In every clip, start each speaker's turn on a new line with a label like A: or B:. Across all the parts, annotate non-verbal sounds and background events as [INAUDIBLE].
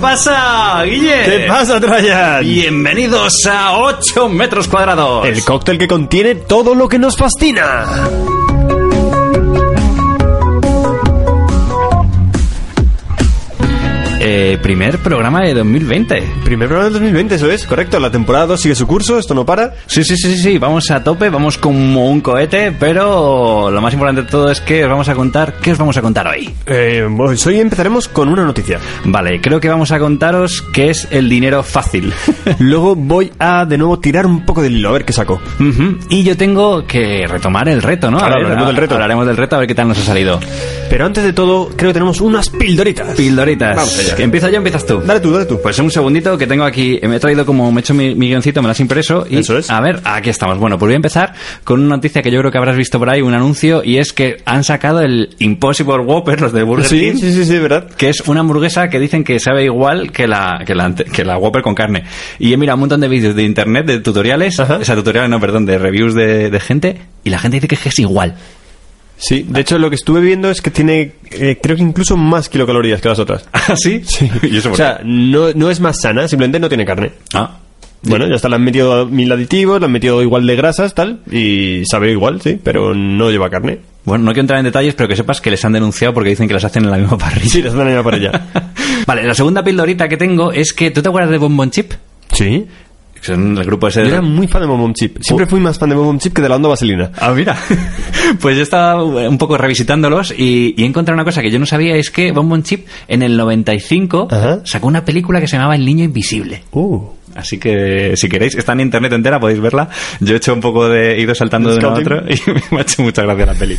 A: pasa, Guille?
B: ¿Qué pasa, Trajan?
A: Bienvenidos a 8 metros cuadrados.
B: El cóctel que contiene todo lo que nos fascina.
A: Eh, primer programa de 2020.
B: Primer programa del 2020, eso es, correcto. La temporada 2 sigue su curso, esto no para.
A: Sí, sí, sí, sí, sí, vamos a tope, vamos como un cohete, pero lo más importante de todo es que os vamos a contar, ¿qué os vamos a contar hoy?
B: Eh, pues hoy empezaremos con una noticia.
A: Vale, creo que vamos a contaros qué es el
B: [LAUGHS]
A: dinero fácil.
B: Luego voy a de nuevo tirar un poco del hilo, a ver qué saco.
A: Ujú, Y yo tengo que retomar el reto, ¿no? A
B: Ahora
A: ver,
B: hablaremos
A: a-
B: del reto.
A: Hablaremos del reto, a ver qué tal nos ha salido.
B: Pero antes de todo, creo que tenemos unas pildoritas.
A: Pildoritas.
B: Vamos allá.
A: ¿Que ¿Empiezo yo o empiezas tú?
B: Dale tú, dale tú.
A: Pues un segundito que tengo aquí, me he traído como me he hecho mi, mi guioncito, me lo has impreso y
B: Eso es.
A: a ver, aquí estamos. Bueno, pues voy a empezar con una noticia que yo creo que habrás visto por ahí, un anuncio y es que han sacado el Impossible Whopper, los de Burger
B: Sí,
A: King,
B: sí, sí, sí, ¿verdad?
A: que es una hamburguesa que dicen que sabe igual que la, que la, ante- que la Whopper con carne. Y he mirado un montón de vídeos de internet, de tutoriales,
B: Ajá.
A: o sea, tutoriales no, perdón, de reviews de, de gente y la gente dice que es que es igual.
B: Sí, de hecho lo que estuve viendo es que tiene, eh, creo que incluso más kilocalorías que las otras.
A: [LAUGHS] ¿Ah, sí?
B: [LAUGHS]
A: Sí. ¿Y eso
B: O
A: por
B: sea, no, no es más sana, simplemente no tiene carne.
A: qué? Ah.
B: Bueno, ya está, le han metido mil aditivos, le han metido igual de grasas, tal, y sabe igual, sí, pero no lleva carne. [LAUGHS]
A: Bueno, no quiero entrar en detalles, pero que sepas que les han denunciado porque dicen que las hacen en la misma parrilla.
B: Sí, les dan la misma parrilla.
A: [LAUGHS] vale, la segunda pildorita que tengo es que ¿tú te acuerdas de Bonbon Chip?
B: ¿Sí? Eh, oh.
A: Que Son el grupo ese
B: Yo
A: de...
B: era muy fan de Bomb Chip. Siempre fui más fan de Bomb Chip que de la onda vaselina.
A: Ah, mira. [LAUGHS] Pues yo estaba un poco revisitándolos y, y he encontrado una cosa que yo no sabía, es que Bonbon Chip en el 95
B: Ajá.
A: sacó una película que se llamaba El Niño Invisible.
B: Uh.
A: Así que si queréis, está en internet entera, podéis verla. Yo he hecho un poco de. he ido saltando de uno a
B: Scouting.
A: otro y [LAUGHS] me ha hecho mucha gracia la peli.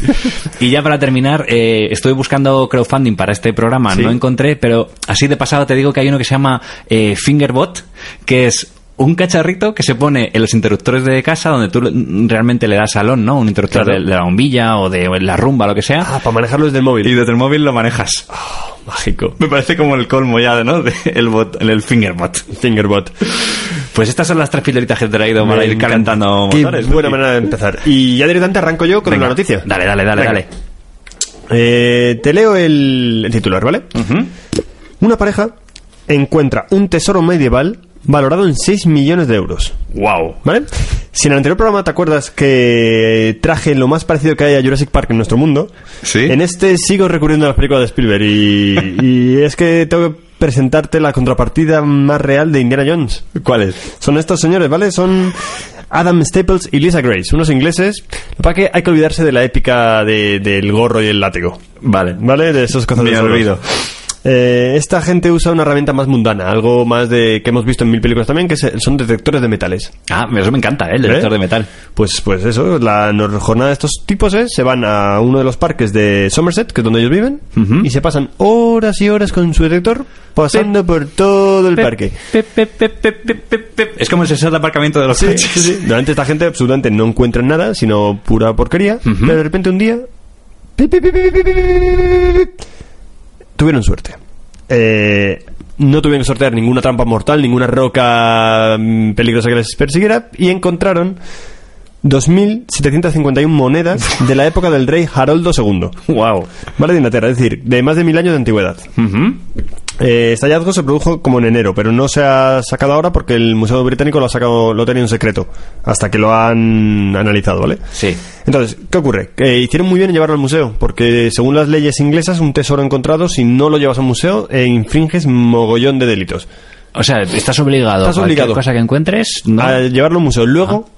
A: y ya para terminar, eh, estuve buscando crowdfunding para este programa,
B: Sí.
A: no encontré, pero así de pasado te digo que hay uno que se llama eh, Fingerbot, que es. Un cacharrito que se pone en los interruptores de casa donde tú mm, realmente le das salón, ¿no? Un interruptor
B: Claro.
A: de, de la bombilla o de la rumba, lo que sea.
B: Ah, para manejarlo desde el móvil.
A: Y desde el móvil lo manejas. Oh,
B: mágico.
A: Me parece como el colmo ya, ¿no? De- el, bot, el fingerbot.
B: Fingerbot.
A: Pues estas son las tres pildoritas que te he traído para ir calentando
B: Qué
A: motores.
B: buena
A: Lucy.
B: manera de empezar. Y ya directamente arranco yo con
A: Venga,
B: la noticia.
A: Dale, dale, dale,
B: Venga.
A: dale.
B: Eh, te leo el, el titular, ¿vale?
A: Ujú.
B: Una pareja encuentra un tesoro medieval valorado en 6 millones de euros.
A: Wow.
B: ¿Vale? Si en el anterior programa te acuerdas que traje lo más parecido que hay a Jurassic Park en nuestro mundo,
A: Sí.
B: en este sigo recurriendo a las películas de Spielberg
A: [LAUGHS]
B: y, y es que tengo que presentarte la contrapartida más real de Indiana Jones.
A: ¿Cuál es?
B: Son estos señores, ¿vale? Son Adam Staples y Lisa Grace, unos ingleses. Lo que pasa es que hay que olvidarse de la épica de- del gorro y el látigo.
A: Vale.
B: ¿Vale? De esas cosas
A: Me
B: del
A: olvido.
B: olvido. Eh, esta gente usa una herramienta más mundana, algo más de que hemos visto en mil películas también, que se- son detectores de metales.
A: Ah, eso me encanta, ¿eh? el detector
B: ¿Eh?
A: de metal.
B: Pues, pues eso, la nor- jornada de estos tipos es, se van a uno de los parques de Somerset, que es donde ellos viven,
A: Ujú.
B: y se pasan horas y horas con su detector pasando por todo el parque.
A: Pep, pep, pep, pep, pep, pep, pep. Es como el sensor de aparcamiento de los
B: Sí,
A: coches.
B: sí, sí. Durante esta gente absolutamente no encuentran nada, sino pura porquería,
A: Ujú.
B: pero de repente un día... pi, pi, pi, pi, pi, pi, pi, pi, pi, pi, Tuvieron suerte. Eh, no tuvieron que sortear ninguna trampa mortal, ninguna roca mm, peligrosa que les persiguiera, y encontraron 2.751 monedas de la época del rey Haroldo
A: [LAUGHS]
B: II.
A: Wow.
B: Vale, de Inglaterra, es decir, de más de mil años de antigüedad. Eh, este hallazgo se produjo como en enero, pero no se ha sacado ahora porque el Museo Británico lo ha sacado, lo tenía en secreto, hasta que lo han analizado, ¿vale?
A: Sí.
B: Entonces, ¿qué ocurre? Que hicieron muy bien en llevarlo al museo, porque según las leyes inglesas, un tesoro encontrado, si no lo llevas al museo, eh, infringes mogollón de delitos.
A: O sea, estás obligado.
B: Estás
A: a cualquier
B: obligado.
A: cosa que encuentres, no.
B: A llevarlo al museo. Luego,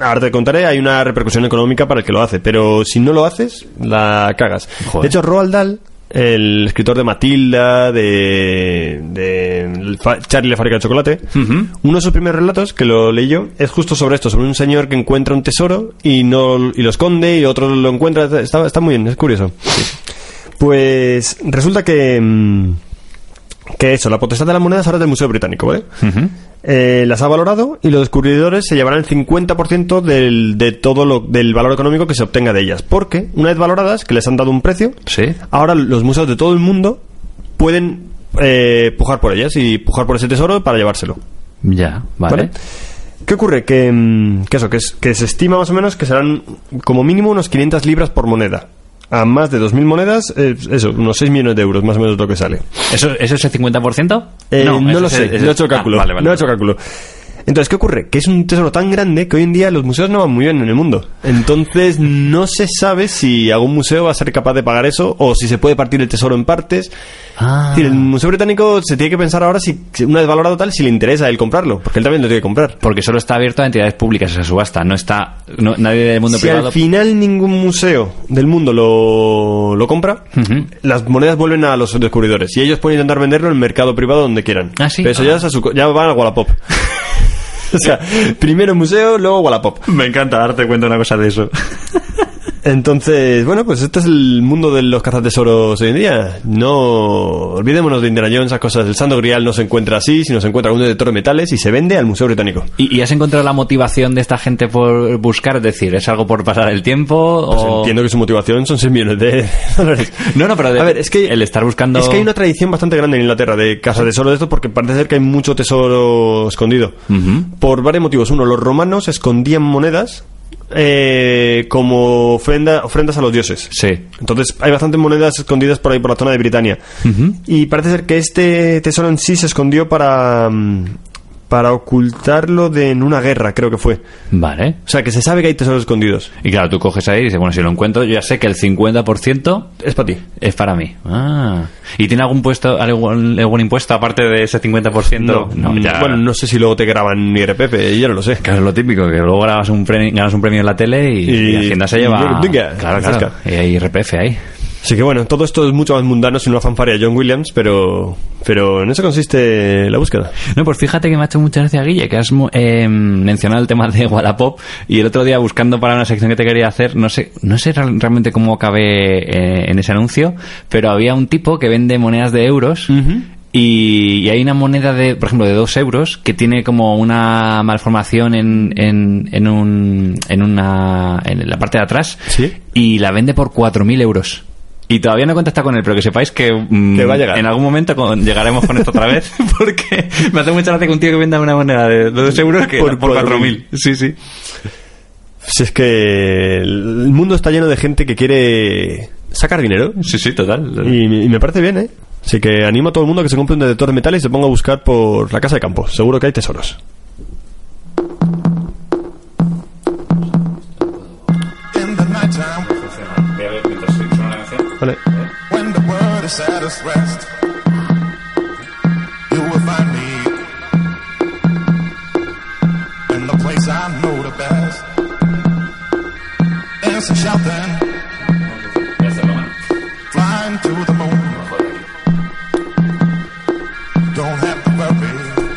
B: ahora te contaré, hay una repercusión económica para el que lo hace, pero si no lo haces, la cagas.
A: Joder.
B: De hecho, Roald Dahl, el escritor de Matilda, de, de Fa- Charlie la fábrica de chocolate,
A: Ujú.
B: uno de sus primeros relatos, que lo leí yo, es justo sobre esto, sobre un señor que encuentra un tesoro y, no, y lo esconde y otro lo encuentra. Está, está muy bien, es curioso. Pues resulta que... mm, que eso, la potestad de las monedas ahora es del Museo Británico, ¿vale?
A: Ujú.
B: Eh, las ha valorado y los descubridores se llevarán el 50% del, de todo lo, del valor económico que se obtenga de ellas. Porque, una vez valoradas, que les han dado un precio,
A: Sí.
B: ahora los museos de todo el mundo pueden eh, pujar por ellas y pujar por ese tesoro para llevárselo.
A: Ya, vale.
B: ¿Vale? ¿Qué ocurre? Que, mm, que eso, que, es- que se estima más o menos que serán como mínimo unos 500 libras por moneda. a más de 2.000 monedas, eh, eso, unos 6 millones de euros, más o menos lo que sale.
A: ¿Eso, eso es el 50%?
B: Eh, no
A: eso
B: lo
A: es
B: sé,
A: el- es
B: no
A: el-
B: he hecho el
A: Ah,
B: cálculo.
A: vale, vale,
B: no he
A: vale.
B: hecho el cálculo. Entonces, ¿qué ocurre? Que es un tesoro tan grande que hoy en día los museos no van muy bien en el mundo. Entonces, no se sabe si algún museo va a ser capaz de pagar eso o si se puede partir el tesoro en partes.
A: Ah.
B: Es decir, el Museo Británico se tiene que pensar ahora, si si una vez valorado tal, si le interesa a él comprarlo, porque él también lo tiene que comprar.
A: Porque solo está abierto a entidades públicas esa subasta. No está no- nadie del mundo
B: si
A: privado.
B: al final ningún museo del mundo lo, lo compra,
A: Ujú.
B: las monedas vuelven a los descubridores y ellos pueden intentar venderlo en el mercado privado donde quieran.
A: Ah, sí.
B: Pero eso
A: Ah.
B: ya, es a su co- ya van al Wallapop. [LAUGHS] o sea, primero museo, luego Wallapop.
A: Me encanta darte cuenta una cosa de eso.
B: Entonces, bueno, pues este es el mundo de los cazatesoros hoy en día. No olvidémonos de Indiana Jones, esas cosas. El santo grial no se encuentra así, sino se encuentra con un detector de metales y se vende al Museo Británico.
A: ¿Y, y has encontrado la motivación de esta gente por buscar? Es decir, ¿es algo por pasar el tiempo?
B: Pues
A: o...
B: entiendo que su motivación son 6 millones de [LAUGHS] dólares.
A: No, no, pero de-
B: A ver, es que,
A: el estar buscando-
B: Es que hay una tradición bastante grande en Inglaterra de casa tesoro de estos porque parece ser que hay mucho tesoro escondido.
A: Ujú.
B: Por varios motivos. Uno, los romanos escondían monedas eh, como ofrenda- ofrendas a los dioses.
A: Sí.
B: Entonces hay bastantes monedas escondidas por ahí por la zona de Britania.
A: Ujú.
B: Y parece ser que este tesoro en sí se escondió para, mm, para ocultarlo de, en una guerra, creo que fue.
A: Vale.
B: O sea, que se sabe que hay tesoros escondidos.
A: Y claro, tú coges ahí y dices, bueno, si lo encuentro, yo ya sé que el 50%
B: Es para ti.
A: es para mí. Ah. ¿Y tiene algún puesto algún, algún impuesto aparte de ese 50%?
B: No, mm,
A: ya.
B: Bueno, no sé si luego te graban IRPP, ya no lo sé.
A: Claro, es lo típico, que luego grabas un premio, ganas un premio en la tele y,
B: Y-
A: y Hacienda se lleva.
B: y- venga,
A: claro, claro.
B: fresca.
A: Y hay RPF ahí.
B: Así que bueno, todo esto es mucho más mundano sin una fanfarria de John Williams, pero, pero en eso consiste la búsqueda.
A: No, pues fíjate que me ha hecho mucha gracia, Guille, que has mu- eh, mencionado el tema de Wallapop y el otro día buscando para una sección que te quería hacer, no sé, no sé real- realmente cómo acabé eh, en ese anuncio, pero había un tipo que vende monedas de euros y, y hay una moneda de, por ejemplo, de dos euros que tiene como una malformación en, en, en, un, en, una, en la parte de atrás
B: Sí.
A: y la vende por 4.000 euros. Y todavía no he contactado con él, pero que sepáis que mm,
B: Te va a llegar.
A: en algún momento con- llegaremos con esto otra vez, [LAUGHS] porque me hace mucha gracia que un tío que venda una moneda de 2 euros que
B: Por
A: por,
B: 4.000.
A: 4.000. Sí, sí.
B: Si es que el mundo está lleno de gente que quiere sacar dinero.
A: Sí, sí, total.
B: Y, y me parece bien, ¿eh? Así que animo a todo el mundo a que se compre un detector de metal y se ponga a buscar por la casa de campo. Seguro que hay tesoros.
C: In the nighttime,
B: Vale.
C: when the world is at its rest, you will find me in the place I know the best. Dancing, shouting, flying to the moon. Don't have to worry,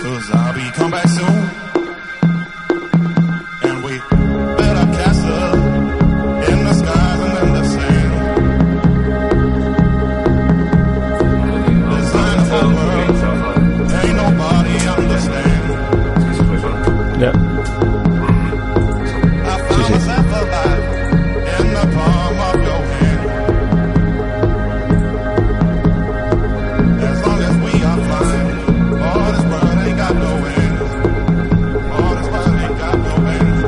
C: cause I'll be come back soon. And we build our castle in the skies and in the sand. This wonderful world, ain't nobody understand.
B: Ya.
C: I found myself alive in the palm of your hand. As long as we are flying, all this world ain't got no end. All this world ain't got no end.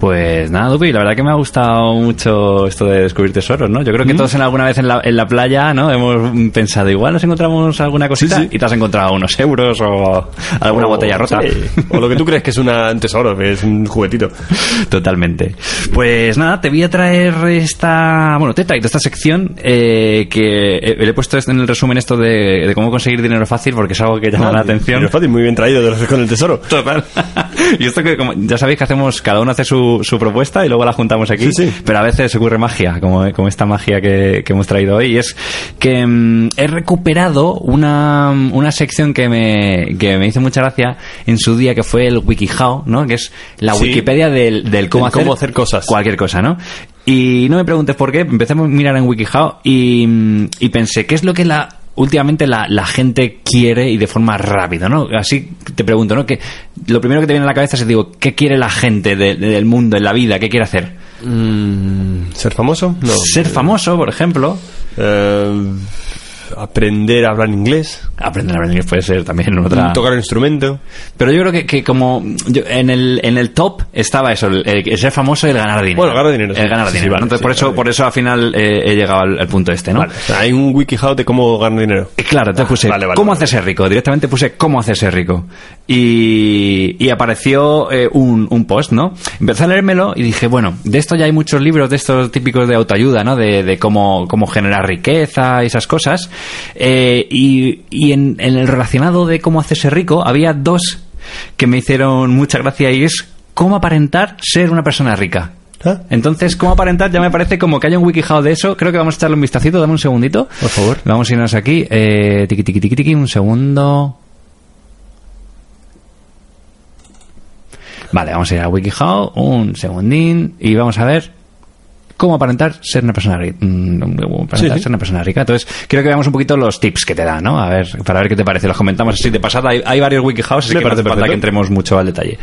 A: Pues nada, Dupi, la verdad que me ha gustado mucho esto de descubrir tesoros, ¿no? Yo creo que todos en alguna vez en la, en la playa, ¿no? Hemos mm, pensado, igual nos encontramos alguna cosita
B: Sí, sí.
A: y te has encontrado unos euros o alguna
B: O-
A: botella rota.
B: sí. O lo que tú crees que es una- un tesoro, que es un juguetito.
A: [LAUGHS] Totalmente. Pues nada, te voy a traer esta. Bueno, te he traído esta sección eh, que eh, le he puesto en el resumen esto de, de cómo conseguir dinero fácil porque es algo que llama la atención.
B: Pero fácil, muy bien traído de los con el tesoro.
A: Total. [LAUGHS] y esto que, como, ya sabéis que hacemos, cada uno hace su, su propuesta y luego la juntamos aquí.
B: Sí, sí.
A: Pero a veces ocurre magia, como, como esta magia que, que hemos traído hoy. Y es que mm, he recuperado una, mm, una sección que me, que me hizo mucha gracia en su día, que fue el WikiHow, ¿no? Que es la
B: Sí.
A: Wikipedia del, del
B: Del
A: cómo, hacer,
B: cómo hacer cosas.
A: Cualquier cosa, ¿no? Y no me preguntes por qué, empecé a mirar en WikiHow y, mm, y pensé, ¿qué es lo que la últimamente la, la gente quiere y de forma rápida, ¿no? Así te pregunto, ¿no? Que lo primero que te viene a la cabeza es, digo, ¿qué quiere la gente de- de- del mundo, en la vida? ¿Qué quiere hacer?
B: Mm, ¿Ser famoso? No.
A: Ser famoso, por ejemplo.
B: Eh, aprender a hablar inglés,
A: Aprender a hablar inglés puede ser también otra.
B: Mm, tocar un instrumento.
A: Pero yo creo que, que como yo- en, el, en el top estaba eso, el, el ser famoso y el ganar dinero.
B: Bueno, ganar dinero, sí.
A: El ganar
B: Sí, sí,
A: dinero.
B: vale,
A: Entonces,
B: sí,
A: por, eso,
B: vale.
A: por eso al final eh, he llegado al, al punto este, ¿no?
B: O sea, hay un wikihow de cómo ganar dinero.
A: Eh, Claro, te puse
B: Ah, vale, vale,
A: cómo
B: vale.
A: hacerse rico. Directamente puse cómo hacerse rico. Y, y apareció eh, un, un post, ¿no? Empecé a leérmelo y dije, bueno, de esto ya hay muchos libros de estos típicos de autoayuda, ¿no? De, de cómo, cómo generar riqueza y esas cosas. Eh, y y en, en el relacionado de cómo hacerse rico había dos que me hicieron mucha gracia y es cómo aparentar ser una persona rica.
B: ¿Ah?
A: Entonces, ¿cómo aparentar? Ya me parece como que hay un wikihow de eso. Creo que vamos a echarle un vistacito. Dame un segundito.
B: Por favor.
A: Vamos a irnos aquí. Eh, tiqui, tiqui, tiqui, tiqui, un segundo. Vale, vamos a ir a wikihow. Un segundín. Y vamos a ver cómo aparentar ser una persona rica. Mm,
B: Sí, sí.
A: ser una persona rica. Entonces, quiero que veamos un poquito los tips que te da, ¿no? A ver, para ver qué te parece. Los comentamos así de pasada. Hay, hay varios wikihows, así
B: Me
A: que no hace
B: parece
A: falta
B: perfecto.
A: que entremos mucho al detalle.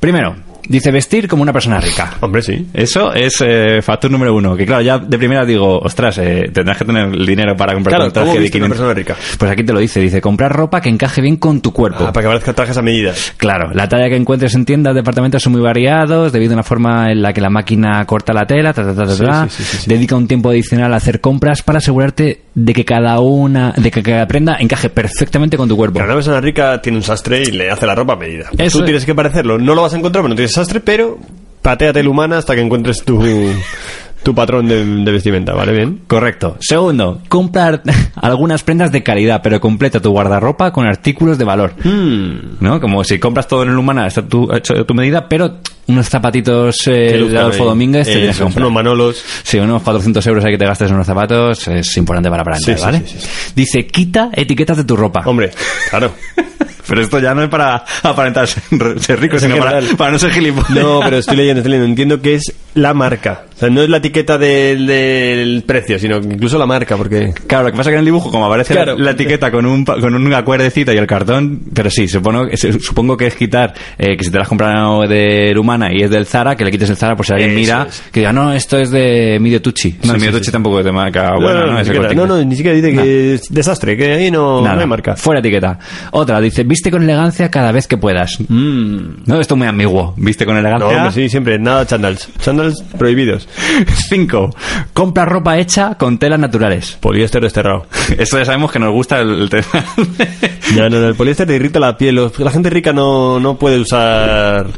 A: Primero, dice vestir como una persona rica.
B: Hombre, sí.
A: Eso es eh, factor número uno. Que claro, ya de primera digo, ostras, eh, tendrás que tener el dinero para comprar
B: Claro,
A: un traje
B: ¿cómo
A: de
B: viste una
A: 500.
B: persona rica?
A: Pues aquí te lo dice, dice, comprar ropa que encaje bien con tu cuerpo.
B: Ah, para que parezca trajes a medida.
A: Claro, la talla que encuentres en tiendas, departamentos son muy variados, debido a una forma en la que la máquina corta la tela, ta, ta, ta, ta,
B: Sí,
A: ta.
B: sí, sí, sí, sí.
A: dedica un tiempo adicional a hacer compras para asegurarte de que cada una, de que cada prenda encaje perfectamente con tu cuerpo.
B: Claro, una persona rica tiene un sastre y le hace la ropa a medida.
A: Eso
B: Tú
A: es.
B: tienes que parecerlo. No lo vas a encontrar, porque no tienes sastre, pero pateate el humana hasta que encuentres
A: [LAUGHS]
B: tu, tu patrón de, de vestimenta, ¿vale? Bien.
A: Correcto. Segundo, comprar [LAUGHS] algunas prendas de calidad, pero completa tu guardarropa con artículos de valor. ¿No? Como si compras todo en el humana, está tu, hecho de tu medida, pero unos zapatitos eh,
B: Qué luz
A: de Adolfo
B: también.
A: Domínguez te
B: Eh,
A: tienes que
B: son
A: comprar.
B: unos manolos.
A: Sí, unos 400 euros hay que te gastes en unos zapatos es importante para aparentar,
B: Sí, sí,
A: ¿vale?
B: sí, sí,
A: Dice, quita etiquetas de tu ropa.
B: Hombre, claro.
A: Pero esto ya no es para aparentar ser ser rico,
B: Es
A: sino
B: en
A: para,
B: general.
A: para no ser gilipollas.
B: No, pero estoy leyendo, estoy leyendo. Entiendo que es la marca. O sea, no es la etiqueta del, del precio, sino incluso la marca, porque...
A: Claro, lo que pasa es que en el dibujo, como aparece
B: Claro.
A: la, la etiqueta con, un, pa- con una cuerdecita y el cartón, pero sí, supongo, que- se- supongo que es quitar, eh, que si te la has comprado de Humana y es del Zara, que le quites el Zara por si alguien
B: Eso
A: mira,
B: es.
A: que diga, no, esto es de Midio Tucci. No,
B: Sí,
A: el
B: sí,
A: Midio
B: sí,
A: Tucci
B: sí.
A: tampoco es de marca buena,
B: ni
A: ¿no? Es el
B: siquiera,
A: Corte
B: no,
A: Inglés.
B: no, ni siquiera dice que es desastre, que ahí no, no
A: Nada,
B: hay marca.
A: Fuera etiqueta. Otra, dice, viste con elegancia cada vez que puedas. No, esto es muy ambiguo. Viste con
B: Mm. No,
A: elegancia.
B: hombre, sí, siempre, nada chandals. Chandals prohibidos.
A: [LAUGHS] Cinco, compra ropa hecha con telas naturales.
B: Poliéster
A: [LAUGHS]
B: desterrado.
A: Esto ya sabemos que nos gusta el, el tema.
B: No, no, no, el poliéster te irrita la piel. Los- La gente rica no, no puede
A: [LAUGHS]
B: usar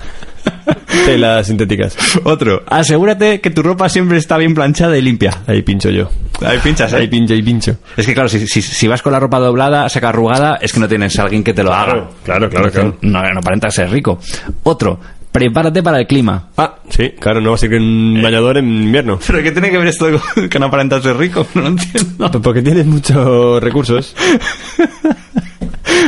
B: telas sintéticas.
A: Otro, asegúrate que tu ropa siempre está bien planchada y limpia.
B: Ahí pincho yo.
A: Hay pinchas, ¿eh?
B: Ahí pincho, ahí pincho.
A: Es que claro, si, si, si vas con la ropa doblada, saca arrugada, es que no tienes a alguien que te lo
B: Claro,
A: haga.
B: claro, claro,
A: Entonces, No, no aparenta ser rico. Otro, prepárate para el clima.
B: Ah, sí, claro, no va a ser que
A: Eh.
B: un bañador en invierno.
A: ¿Pero qué tiene que ver esto con que no aparenta ser rico? [LAUGHS] No entiendo.
B: Pues Porque tienes muchos recursos.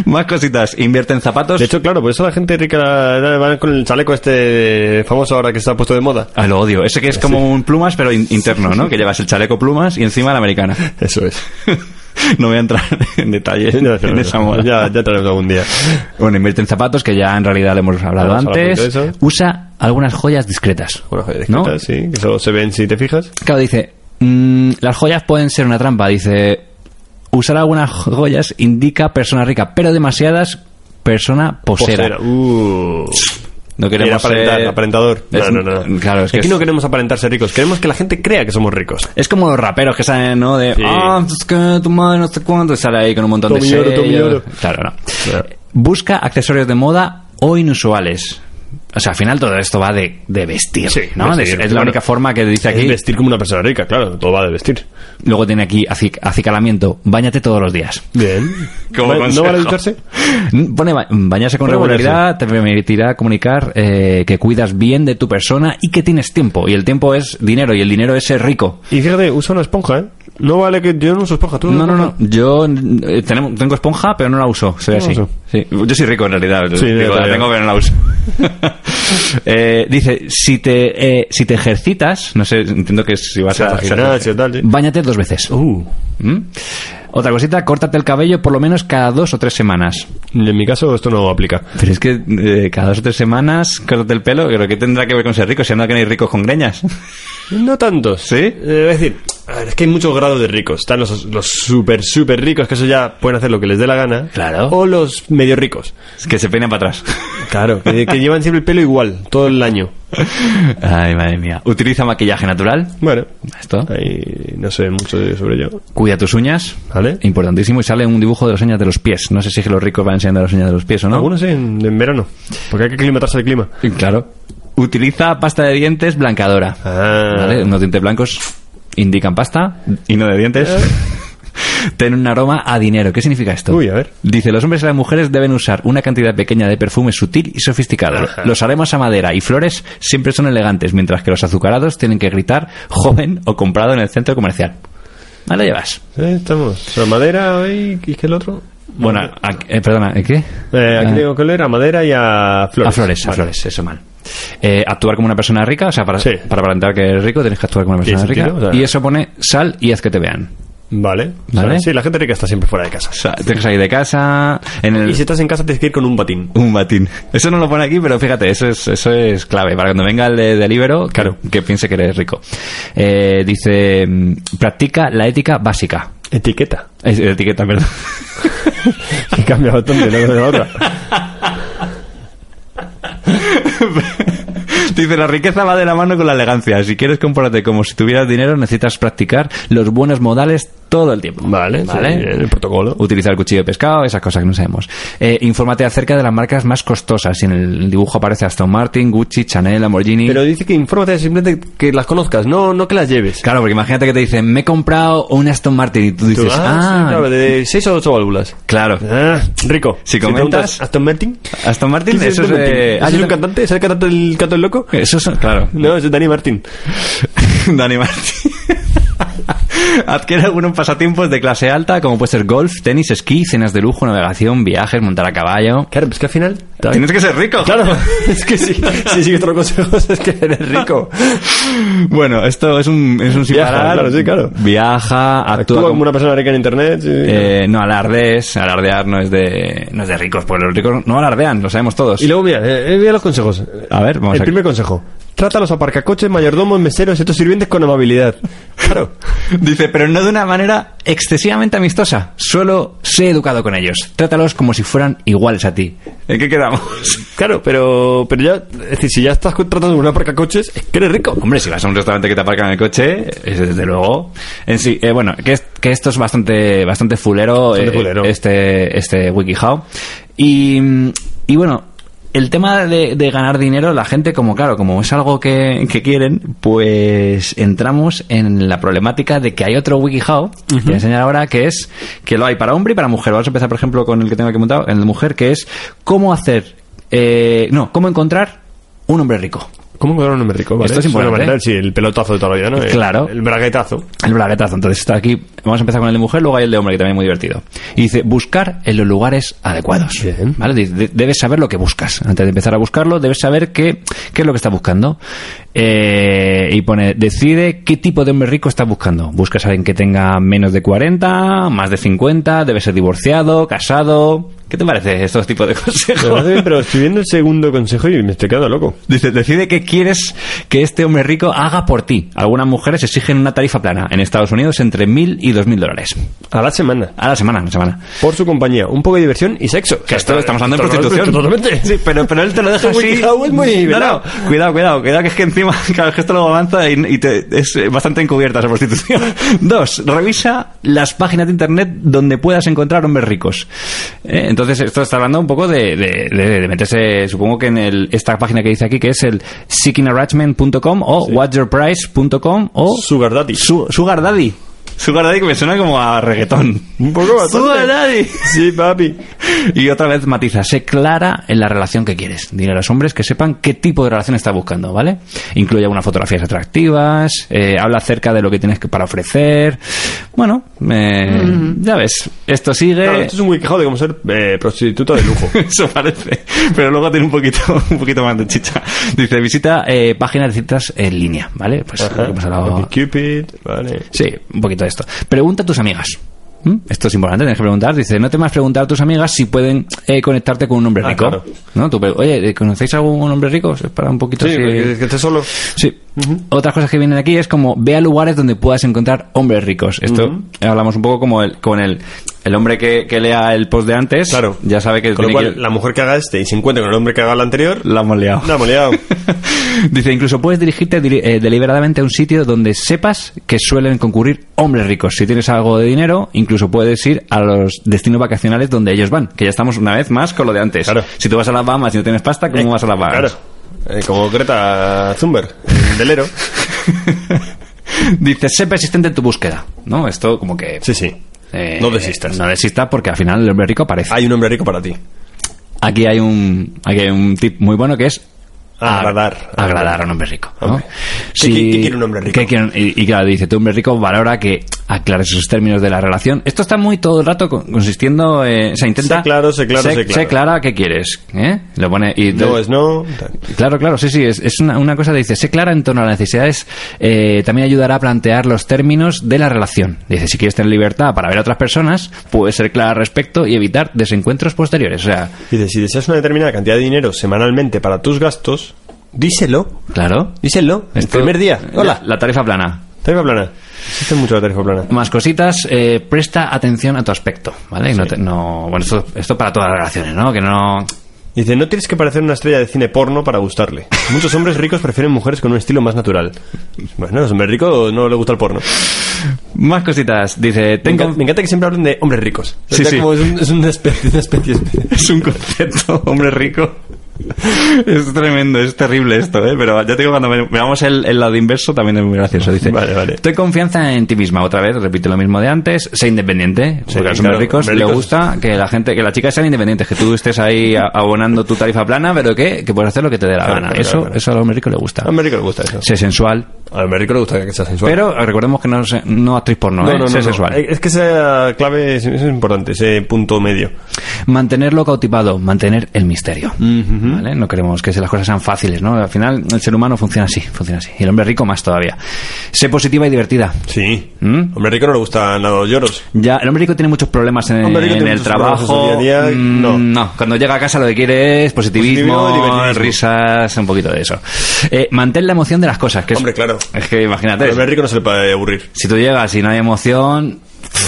A: Más cositas. Invierte en zapatos.
B: De hecho, claro, por eso la gente rica va con el chaleco este famoso ahora que está puesto de moda.
A: Ah, lo odio. Ese que es como un plumas, pero in- interno, ¿no? Que llevas el chaleco plumas y encima la americana.
B: Eso es.
A: [LAUGHS] No voy a entrar en detalle
B: No, no,
A: en
B: no,
A: esa moda.
B: Ya, ya traemos algún día.
A: Bueno, invierte en zapatos, que ya en realidad le hemos hablado
B: Vamos a hablar
A: antes.
B: de eso.
A: Usa algunas joyas discretas.
B: Bueno, joder,
A: ¿no?
B: discretas, sí, que solo se ven si te fijas.
A: Claro, dice, mm, las joyas pueden ser una trampa. Dice, usar algunas joyas indica persona rica, pero demasiadas persona posera.
B: Posera. Uh.
A: No Pues queremos
B: Era aparentar,
A: ser-
B: aparentador.
A: Es-
B: no, no, no.
A: Claro, es que
B: Aquí no
A: es-
B: queremos aparentar ser ricos, queremos que la gente crea que somos ricos.
A: Es como los raperos que salen, ¿no? De,
B: Sí.
A: ah, es que tu madre no sé cuánto, y sale ahí con un montón de
B: Tommy Oro,
A: sellos.
B: Tommy Oro.
A: Claro, no.
B: Claro.
A: Busca accesorios de moda o inusuales. O sea, al final todo esto va de, de vestir,
B: Sí,
A: ¿no?
B: vestir,
A: es, es la
B: claro.
A: única forma que dice
B: Es
A: aquí.
B: vestir como una persona rica, claro, todo va de vestir.
A: Luego tiene aquí acic- acicalamiento. Báñate todos los días.
B: [LAUGHS] Bien.
A: Como
B: ¿No
A: consejo.
B: vale ducharse?
A: [LAUGHS] Pone ba- bañarse con
B: Pone
A: regularidad, te permitirá comunicar eh, que cuidas bien de tu persona y que tienes tiempo. Y el tiempo es dinero, y el dinero es ser rico.
B: Y fíjate, usa una esponja, ¿eh? No vale que yo no uso esponja, tú
A: No, no, no. Yo eh, tenemos- tengo esponja, pero no la uso. Soy
B: No
A: así.
B: la uso.
A: Sí. Yo soy rico en realidad.
B: Sí,
A: Digo,
B: ya,
A: la
B: ya.
A: tengo, pero no la uso. [LAUGHS] Eh, dice, si te, eh, si te ejercitas, no sé, entiendo que es si vas a...
B: gimnasio, tal, sí. Uh.
A: Báñate dos veces. ¿Mm? Otra cosita, córtate el cabello por lo menos cada dos o tres semanas.
B: En mi caso esto no aplica.
A: Pero es que eh, cada dos o tres semanas córtate el pelo, creo que tendrá que ver con ser rico, si anda que no hay ricos con greñas.
B: No tantos.
A: ¿Sí?
B: Eh, es decir, a ver, es que hay muchos grados de ricos. Están los, los súper, súper ricos, que eso ya pueden hacer lo que les dé la gana.
A: Claro.
B: O los medio ricos.
A: [LAUGHS] Es que se peinan para atrás.
B: Claro, que,
A: [LAUGHS]
B: que llevan siempre el pelo igual, todo el año.
A: Ay, madre mía. Utiliza maquillaje natural.
B: Bueno,
A: Esto.
B: ahí no sé mucho de- sobre ello.
A: Cuida tus uñas.
B: ¿Vale?
A: Importantísimo. Y sale un dibujo de las uñas de los pies. No sé si los ricos van enseñando las uñas de los pies o no.
B: Algunos sí, en, en verano. Porque hay que aclimatarse al clima.
A: Y Claro. Utiliza pasta de dientes blancadora.
B: Ah.
A: ¿Vale? Unos dientes blancos indican pasta y no de dientes. [LAUGHS] Ten un aroma a dinero. ¿Qué significa esto?
B: Uy, a ver.
A: Dice, los hombres y las mujeres deben usar una cantidad pequeña de perfume sutil y sofisticado. Los aromas a madera y flores siempre son elegantes, mientras que los azucarados tienen que gritar joven o comprado en el centro comercial. Ahí lo llevas.
B: Eh, estamos. La madera hoy, ¿y qué el otro?
A: Bueno, a- eh, perdona, ¿eh, ¿qué?
B: Eh,
A: Ah.
B: aquí tengo que leer a madera y a flores.
A: A flores, a
B: Vale.
A: flores, eso mal. Eh, actuar como una persona rica, o sea, para,
B: Sí.
A: para aparentar que eres rico tienes que actuar como una persona
B: ese
A: rica.
B: tiro, o sea-
A: Y eso pone sal y haz que te vean.
B: Vale.
A: Vale.
B: O sea, sí, la gente rica está siempre fuera de casa.
A: O sea, tienes que salir de casa, en el...
B: Y si estás en casa tienes que ir con un batín.
A: Un batín. Eso no lo pone aquí, pero fíjate, eso es, eso es clave. Para cuando venga el de Delibero, claro, que piense que eres rico. Eh, dice, mm, practica la ética básica.
B: Etiqueta.
A: Es- etiqueta, [LAUGHS] perdón.
B: [LAUGHS] Que cambia bastante la una de la
A: [LAUGHS]
B: otra.
A: Dice, la riqueza va de la mano con la elegancia. Si quieres comportarte como si tuvieras dinero, necesitas practicar los buenos modales todo el tiempo.
B: Vale, sí, el protocolo.
A: Utilizar el cuchillo de pescado, esas cosas que no sabemos. Eh, infórmate acerca de las marcas más costosas. Y en el dibujo aparece Aston Martin, Gucci, Chanel, Lamborghini.
B: Pero dice que infórmate simplemente que las conozcas, no, no que las lleves.
A: Claro, porque imagínate que te dicen, me he comprado un Aston Martin y tú
B: Tú,
A: dices,
B: ah, sí,
A: ah,
B: claro, de 6 a 8 válvulas.
A: claro.
B: Ah, rico.
A: Si comentas-
B: preguntas, ¿Aston Martin?
A: Aston Martin,
B: ¿Quién es
A: eso es...
B: Aston Martin?
A: eh,
B: ¿Ese
A: ah,
B: es
A: yo
B: un
A: tam-
B: cantante? ¿Es el cantante del canto del loco?
A: Eso son, claro.
B: No, ese es Dani Martín.
A: [LAUGHS] Dani Martín. Adquiere algunos pasatiempos de clase alta, como puede ser golf, tenis, esquí, cenas de lujo, navegación, viajes, montar a caballo.
B: Claro, pues que al final... [LAUGHS]
A: Tienes que ser rico.
B: Claro, es que sí, sí, sí, otro consejo [LAUGHS] es que eres rico.
A: Bueno, esto es un, es un sin
B: Viaja,
A: parar.
B: claro, sí, claro.
A: Viaja, actúa,
B: Actúa
A: como-
B: como una persona rica en internet. sí.
A: eh, no alardees, alardear no es de no es de ricos, porque los ricos no alardean, lo sabemos todos.
B: Y luego, mira, eh, eh, mira los consejos.
A: A ver, vamos
B: El
A: aquí.
B: primer consejo. Trata a los aparcacoches, mayordomos, meseros y estos sirvientes con amabilidad. [LAUGHS] Claro.
A: [LAUGHS] Dice, pero no de una manera excesivamente amistosa. Solo sé educado con ellos. Trátalos como si fueran iguales a ti. ¿En qué quedamos?
B: Claro, pero, pero ya... Es decir, si ya estás tratando con un aparcacoches, es que eres rico.
A: Hombre, si vas a un restaurante que te aparcan el coche, es desde luego. En sí, eh, bueno, que, es- que esto es bastante, bastante fulero,
B: Bastante
A: eh,
B: fulero.
A: este, este WikiHow. Y, mm, y bueno, el tema de, de ganar dinero, la gente, como claro, como es algo que, que quieren, pues entramos en la problemática de que hay otro WikiHow, que voy a enseñar ahora, que es que lo hay para hombre y para mujer. Vamos a empezar, por ejemplo, con el que tengo aquí montado, el de mujer, que es cómo hacer, eh, no, cómo encontrar un hombre rico.
B: ¿Cómo encontrar un hombre rico? Vale,
A: Esto es
B: Suena ¿eh?
A: importante,
B: banal, sí, el pelotazo de toda la vida, ¿no? El-
A: Claro.
B: El, braguetazo.
A: El braguetazo. Entonces está aquí. Vamos a empezar con el de mujer, luego hay el de hombre, que también es muy divertido. Y dice, buscar en los lugares adecuados.
B: Bien.
A: ¿Vale? Dice, de- debes saber lo que buscas. Antes de empezar a buscarlo, debes saber qué, qué es lo que estás buscando. Eh, y pone, decide qué tipo de hombre rico estás buscando. Buscas a alguien que tenga menos de 40, más de 50, debe ser divorciado, casado. ¿Qué te parece estos tipos de [LAUGHS]
B: Me
A: consejos?
B: parece bien, pero estoy viendo el segundo consejo y me estoy quedando loco.
A: Dice, decide qué quieres que este hombre rico haga por ti. Algunas mujeres exigen una tarifa plana. En Estados Unidos entre mil y dos mil dólares.
B: A la semana.
A: A la semana, a la semana.
B: Por su compañía. Un poco de diversión y sexo.
A: Que esto estamos hablando de
B: Total-
A: prostitución.
B: Totalmente.
A: [LAUGHS] Sí, pero, pero él te lo deja [LAUGHS]
B: Este
A: así.
B: WikiHow es muy velado.
A: no, no, cuidado, cuidado, cuidado, que es que encima, [LAUGHS] claro, que esto luego avanza y, y te- es eh, bastante encubierta esa prostitución. [LAUGHS] Dos, revisa las páginas de internet donde puedas encontrar hombres ricos. Eh, entonces, esto está hablando un poco de, de- de- de meterse, supongo que en el, esta página que dice aquí, que es el seekingarrangement.com o whatyourprice.com o
B: [LAUGHS] Sugar daddy.
A: Su- Sugar Daddy. Sugar Daddy que me suena como a reggaetón.
B: Un poco bastante.
A: Sugar Daddy.
B: Sí, papi.
A: [LAUGHS] Y otra vez matiza, sé clara en la relación que quieres. Dile a los hombres que sepan qué tipo de relación estás buscando, ¿vale? Incluye algunas fotografías atractivas, eh, habla acerca de lo que tienes que- para ofrecer. Bueno, eh, ya ves, esto sigue. [LAUGHS]
B: Claro, esto es un wikihow de cómo ser eh, prostituta de lujo.
A: Eso parece, pero luego tiene un poquito, un poquito más de chicha. Dice, visita eh, páginas de citas en línea, ¿vale? Pues lo que hemos hablado
B: Cupid, vale.
A: Sí, un poquito de esto. Pregunta a tus amigas. ¿Mm? Esto es importante, tienes que preguntar. Dice, no te más preguntar a tus amigas si pueden eh, conectarte con un hombre
B: Ah,
A: rico.
B: claro.
A: ¿No? Tú, pero, Oye, eh, ¿conocéis a algún hombre rico? Es para un poquito
B: Sí,
A: así-
B: que, que esté solo.
A: Sí. Otras cosas que vienen aquí es como ve a lugares donde puedas encontrar hombres ricos. Esto hablamos un poco como el, con el, el hombre que, que lea el post de antes.
B: Claro.
A: Ya sabe que,
B: Con lo
A: tiene
B: cual,
A: que-
B: la mujer que haga este y se encuentra con el hombre que haga el
A: [LAUGHS]
B: anterior,
A: la hemos liado.
B: la hemos liado.
A: Dice, incluso puedes dirigirte diri- eh, deliberadamente a un sitio donde sepas que suelen concurrir hombres ricos. Si tienes algo de dinero, incluso puedes ir a los destinos vacacionales donde ellos van. Que ya estamos una vez más con lo de antes.
B: Claro.
A: Si tú vas a las Bahamas y [LAUGHS] no tienes pasta, ¿cómo
B: Eh,
A: vas a las Bahamas?
B: Claro. Eh, como Greta Thunberg, del Ero.
A: [LAUGHS] Dice, sé persistente en tu búsqueda. ¿No? Esto como que...
B: Sí, sí.
A: eh,
B: no desistas.
A: No desistas porque al final el hombre rico aparece.
B: Hay un hombre rico para ti.
A: Aquí hay un aquí hay un tip muy bueno que es
B: Agradar.
A: ag- agradar a un hombre rico. ¿no?
B: Hombre. ¿Qué qui- qué quiere un hombre rico?
A: ¿Qué quiere un- y, y claro, dice, tu hombre rico valora que aclares sus términos de la relación. Esto está muy todo el rato con- consistiendo, eh, o sea, intenta...
B: Sé claro, sé claro, sé claro.
A: clara qué quieres. ¿eh? Lo pone... Y
B: No es no.
A: Claro, claro, sí, sí, es, es una, una cosa, dice, sé clara en torno a las necesidades, eh, también ayudará a plantear los términos de la relación. Dice, si quieres tener libertad para ver a otras personas, puedes ser clara al respecto y evitar desencuentros posteriores. O sea,
B: Dice, si deseas una determinada cantidad de dinero semanalmente para tus gastos, díselo.
A: claro.
B: Díselo. El
A: Esto-
B: primer día. Hola.
A: La, la tarifa plana.
B: Tarifa plana. Existe mucho la tarifa plana.
A: Más cositas, eh, presta atención a tu aspecto, ¿vale? No, te- no- bueno, esto, esto para todas las relaciones, ¿no? Que no...
B: Dice, no tienes que parecer una estrella de cine porno para gustarle. Muchos hombres ricos prefieren mujeres con un estilo más natural. Bueno, a los hombres ricos no les gusta el porno.
A: Más cositas, dice,
B: Me
A: tengo...
B: encanta, me encanta que siempre hablen de hombres ricos.
A: Sí,
B: Ya
A: sí.
B: como es, un- [LAUGHS] es una especie. Una especie,
A: Es un concepto, hombre rico. Es tremendo, es terrible esto, ¿eh? Pero ya te digo, cuando ve- veamos el, el lado inverso también es muy gracioso. Dice,
B: Vale, vale.
A: Ten confianza en ti misma, otra vez, repite lo mismo de antes, sé independiente,
B: Sí,
A: porque a los
B: claro,
A: hombres ricos
B: hombres
A: le
B: ricos.
A: gusta que la gente, que las chicas sean independientes, que tú estés ahí a- abonando tu tarifa plana, pero que, que puedes hacer lo que te dé la
B: Claro,
A: gana.
B: claro,
A: eso,
B: claro, claro.
A: eso a los hombres ricos le gusta.
B: A hombre rico le gusta eso.
A: Sé sensual,
B: A hombre rico le gusta que sea sensual.
A: pero recordemos que no, se- no actriz porno,
B: no,
A: ¿eh?
B: no, no,
A: sé
B: no.
A: sensual.
B: Eh, Es que esa clave es, es importante, ese punto medio.
A: Mantenerlo cautivado, mantener el misterio. ¿Vale? No queremos que se- las cosas sean fáciles, ¿no? Al final, el ser humano funciona así, funciona así. Y el hombre rico más todavía. Sé positiva y divertida.
B: Sí.
A: ¿Mm?
B: Hombre rico no le gustan nada los lloros.
A: Ya, el hombre rico tiene muchos problemas en,
B: Hombre rico
A: en
B: tiene
A: el
B: muchos problemas en su
A: trabajo.
B: día a día,
A: Mm,
B: no.
A: cuando llega a casa lo que quiere es positivismo,
B: Positivismo, divertidismo.
A: risas, un poquito de eso. Eh, mantén la emoción de las cosas. Que es-
B: Hombre, claro.
A: Es que
B: Al
A: imagínate,
B: hombre rico no se le puede aburrir.
A: si tú llegas y no hay emoción,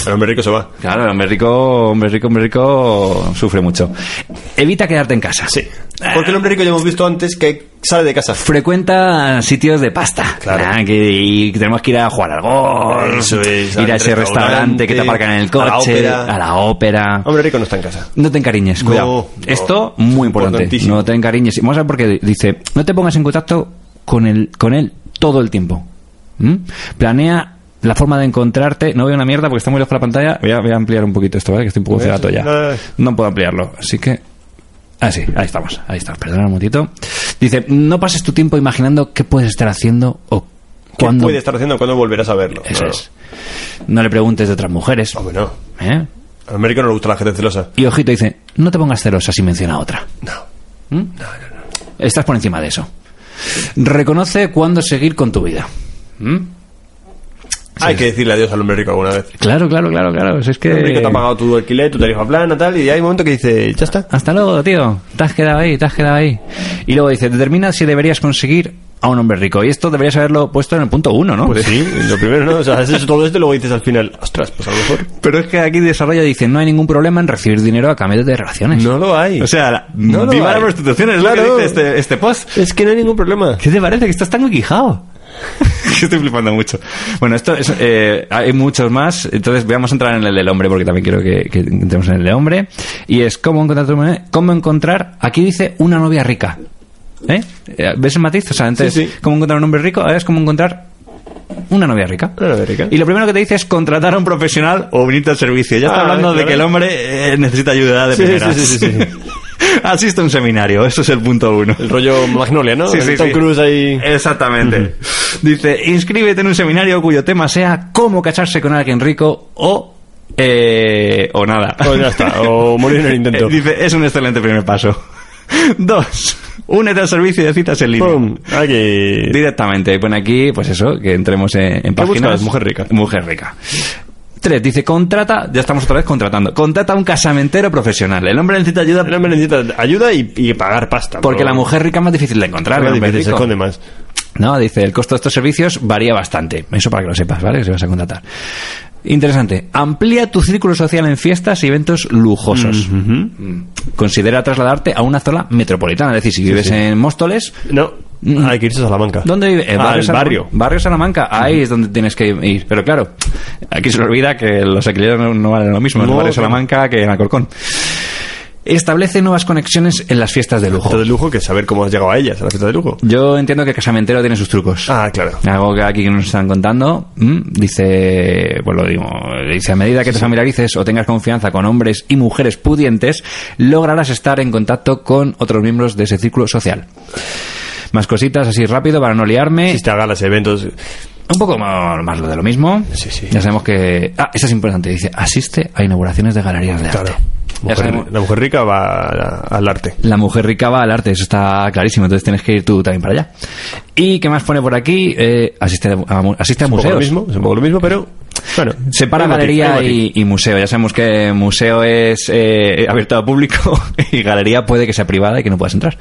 B: El hombre rico se va.
A: Claro, el hombre rico, hombre rico, hombre rico sufre mucho. Evita quedarte en casa.
B: Sí. Porque el hombre rico ya hemos visto antes que sale de casa.
A: Frecuenta sitios de pasta.
B: Claro.
A: Ah, que, y tenemos que ir a jugar al golf,
B: Eso es,
A: ir
B: al
A: a ese restaurante
B: restaurante,
A: que te aparcan en el
B: a la
A: coche,
B: ópera.
A: a la ópera.
B: Hombre rico no está en casa.
A: No te encariñes,
B: No,
A: cuidado.
B: no.
A: Esto, muy importante.
B: Importantísimo.
A: No te encariñes. Y Vamos a ver por qué dice, no te pongas en contacto con él, con él todo el tiempo. ¿Mm? Planea la forma de encontrarte. No veo una mierda porque está muy lejos la pantalla. Voy a, voy a ampliar un poquito esto, ¿vale? Que estoy un poco
B: Voy a-
A: cegato ya.
B: no, no.
A: No puedo ampliarlo. Así que... Ah, sí, ahí estamos. Ahí estamos. Perdona un momentito. Dice, no pases tu tiempo imaginando qué puedes estar haciendo o
B: ¿Qué
A: cuándo...
B: puede estar haciendo cuando volverás a verlo?
A: Eso
B: Claro.
A: es. No le preguntes de otras mujeres.
B: Hombre, no.
A: ¿eh?
B: Al hombre rico no le gusta la gente celosa.
A: Y ojito, dice, no te pongas celosa si menciona a otra.
B: No.
A: Estás por encima de eso. Reconoce cuándo seguir con tu vida. ¿Mm?
B: Hay que decirle adiós al hombre rico alguna vez.
A: Claro, claro, claro, claro. Si es
B: El hombre rico
A: que...
B: te ha pagado tu alquiler, tu tarifa plana, tal, y hay un momento que dice, ya está.
A: Hasta luego, tío. Te has quedado ahí, te has quedado ahí. Y luego dice, determina si deberías conseguir a un hombre rico. Y esto deberías haberlo puesto en el punto uno, ¿no?
B: Pues sí, lo primero, ¿no? O sea, has hecho todo esto y luego dices al final, ostras, pues a lo
A: [LAUGHS]
B: mejor.
A: Pero es que aquí desarrolla, dice, no hay ningún problema en recibir dinero a cambio de relaciones.
B: No lo hay.
A: O sea, la-
B: No lo
A: viva
B: hay.
A: la prostitución, es lo que
B: Claro.
A: dice este- este post.
B: Es que no hay ningún problema.
A: ¿Qué te parece? Que estás tan [LAUGHS] quijado. Estoy flipando mucho. Bueno, esto es, eh, hay muchos más. Entonces, vamos a entrar en el del hombre, porque también quiero que, que entremos en el del hombre. Y es cómo encontrar, tu mujer- cómo encontrar. Aquí dice una novia rica. ¿Eh? Eh, ¿Ves el matiz? O sea, antes,
B: Sí, sí.
A: cómo encontrar un hombre rico, ahora es cómo encontrar una novia rica.
B: Una novia rica.
A: Y lo primero que te dice es contratar a un profesional o unirte al servicio. Ya está
B: Ah,
A: hablando de
B: claro.
A: que el hombre eh, necesita ayuda de
B: Sí,
A: primeras.
B: sí, sí, sí,
A: [LAUGHS] Asiste a un seminario, eso es el punto uno.
B: El rollo Magnolia, ¿no?
A: Sí, sí,
B: Tom
A: sí.
B: Cruise ahí.
A: Exactamente. Dice, inscríbete en un seminario cuyo tema sea cómo casarse con alguien rico o... eh, o nada.
B: O ya está, o morir en el intento.
A: [LAUGHS] Dice, es un excelente primer paso. [LAUGHS] Dos, únete al servicio de citas en línea.
B: ¡Pum! Ah, Aquí.
A: Directamente. Y pone aquí, pues eso, que entremos en, en páginas.
B: buscas? Mujer rica.
A: Mujer rica. Tres, dice, contrata, ya estamos otra vez contratando, contrata a un casamentero profesional. El hombre necesita ayuda
B: El hombre necesita ayuda y, y pagar pasta.
A: porque
B: pero-
A: la mujer rica es más difícil de encontrar.
B: Oh. Más
A: el hombre
B: difícil, se
A: rico.
B: esconde más.
A: No, dice, el costo de estos servicios varía bastante. Eso para que lo sepas, ¿vale? Si vas a contratar. Interesante. Amplía tu círculo social en fiestas y eventos lujosos. Mm. Considera trasladarte a una zona metropolitana. Es decir, si vives
B: sí.
A: en Móstoles,
B: No,
A: Mm.
B: hay que irse a Salamanca.
A: ¿Dónde vive? Eh,
B: Ah, al
A: Salamanca.
B: barrio.
A: Barrio Salamanca. Ahí es donde tienes que ir. Pero claro, aquí se le olvida que los alquileres no, no valen lo mismo en
B: No,
A: Barrio
B: claro.
A: Salamanca que en Alcorcón. Establece nuevas conexiones en las fiestas de lujo.
B: Fiesta de lujo que saber cómo has llegado a ellas, a la fiesta de lujo.
A: Yo entiendo que Casamentero tiene sus trucos.
B: Ah, claro.
A: Algo que aquí nos están contando, mm, dice, pues lo digo, dice, a medida que te familiarices o tengas confianza con hombres y mujeres pudientes, lograrás estar en contacto con otros miembros de ese círculo social. Más cositas así rápido para no liarme.
B: Si te hagas los eventos.
A: Un poco más, más lo de lo mismo.
B: Sí, sí.
A: Ya sabemos que... Ah, eso es importante. Dice, asiste a inauguraciones de galerías de
B: Claro.
A: arte. Ya
B: Mujer-
A: sabemos-
B: la mujer rica va a la- al arte.
A: la mujer rica va al arte, eso está clarísimo, entonces tienes que ir tú también para allá. ¿Y qué más pone por aquí? Eh, asiste a, mu- asiste a
B: Un poco
A: museos.
B: lo mismo, es un poco lo mismo, pero. Bueno.
A: Separa
B: hay matiz, hay
A: galería
B: matiz.
A: y, y museo. Ya sabemos que museo es eh, abierto al público [LAUGHS] y galería puede que sea privada y que no puedas entrar.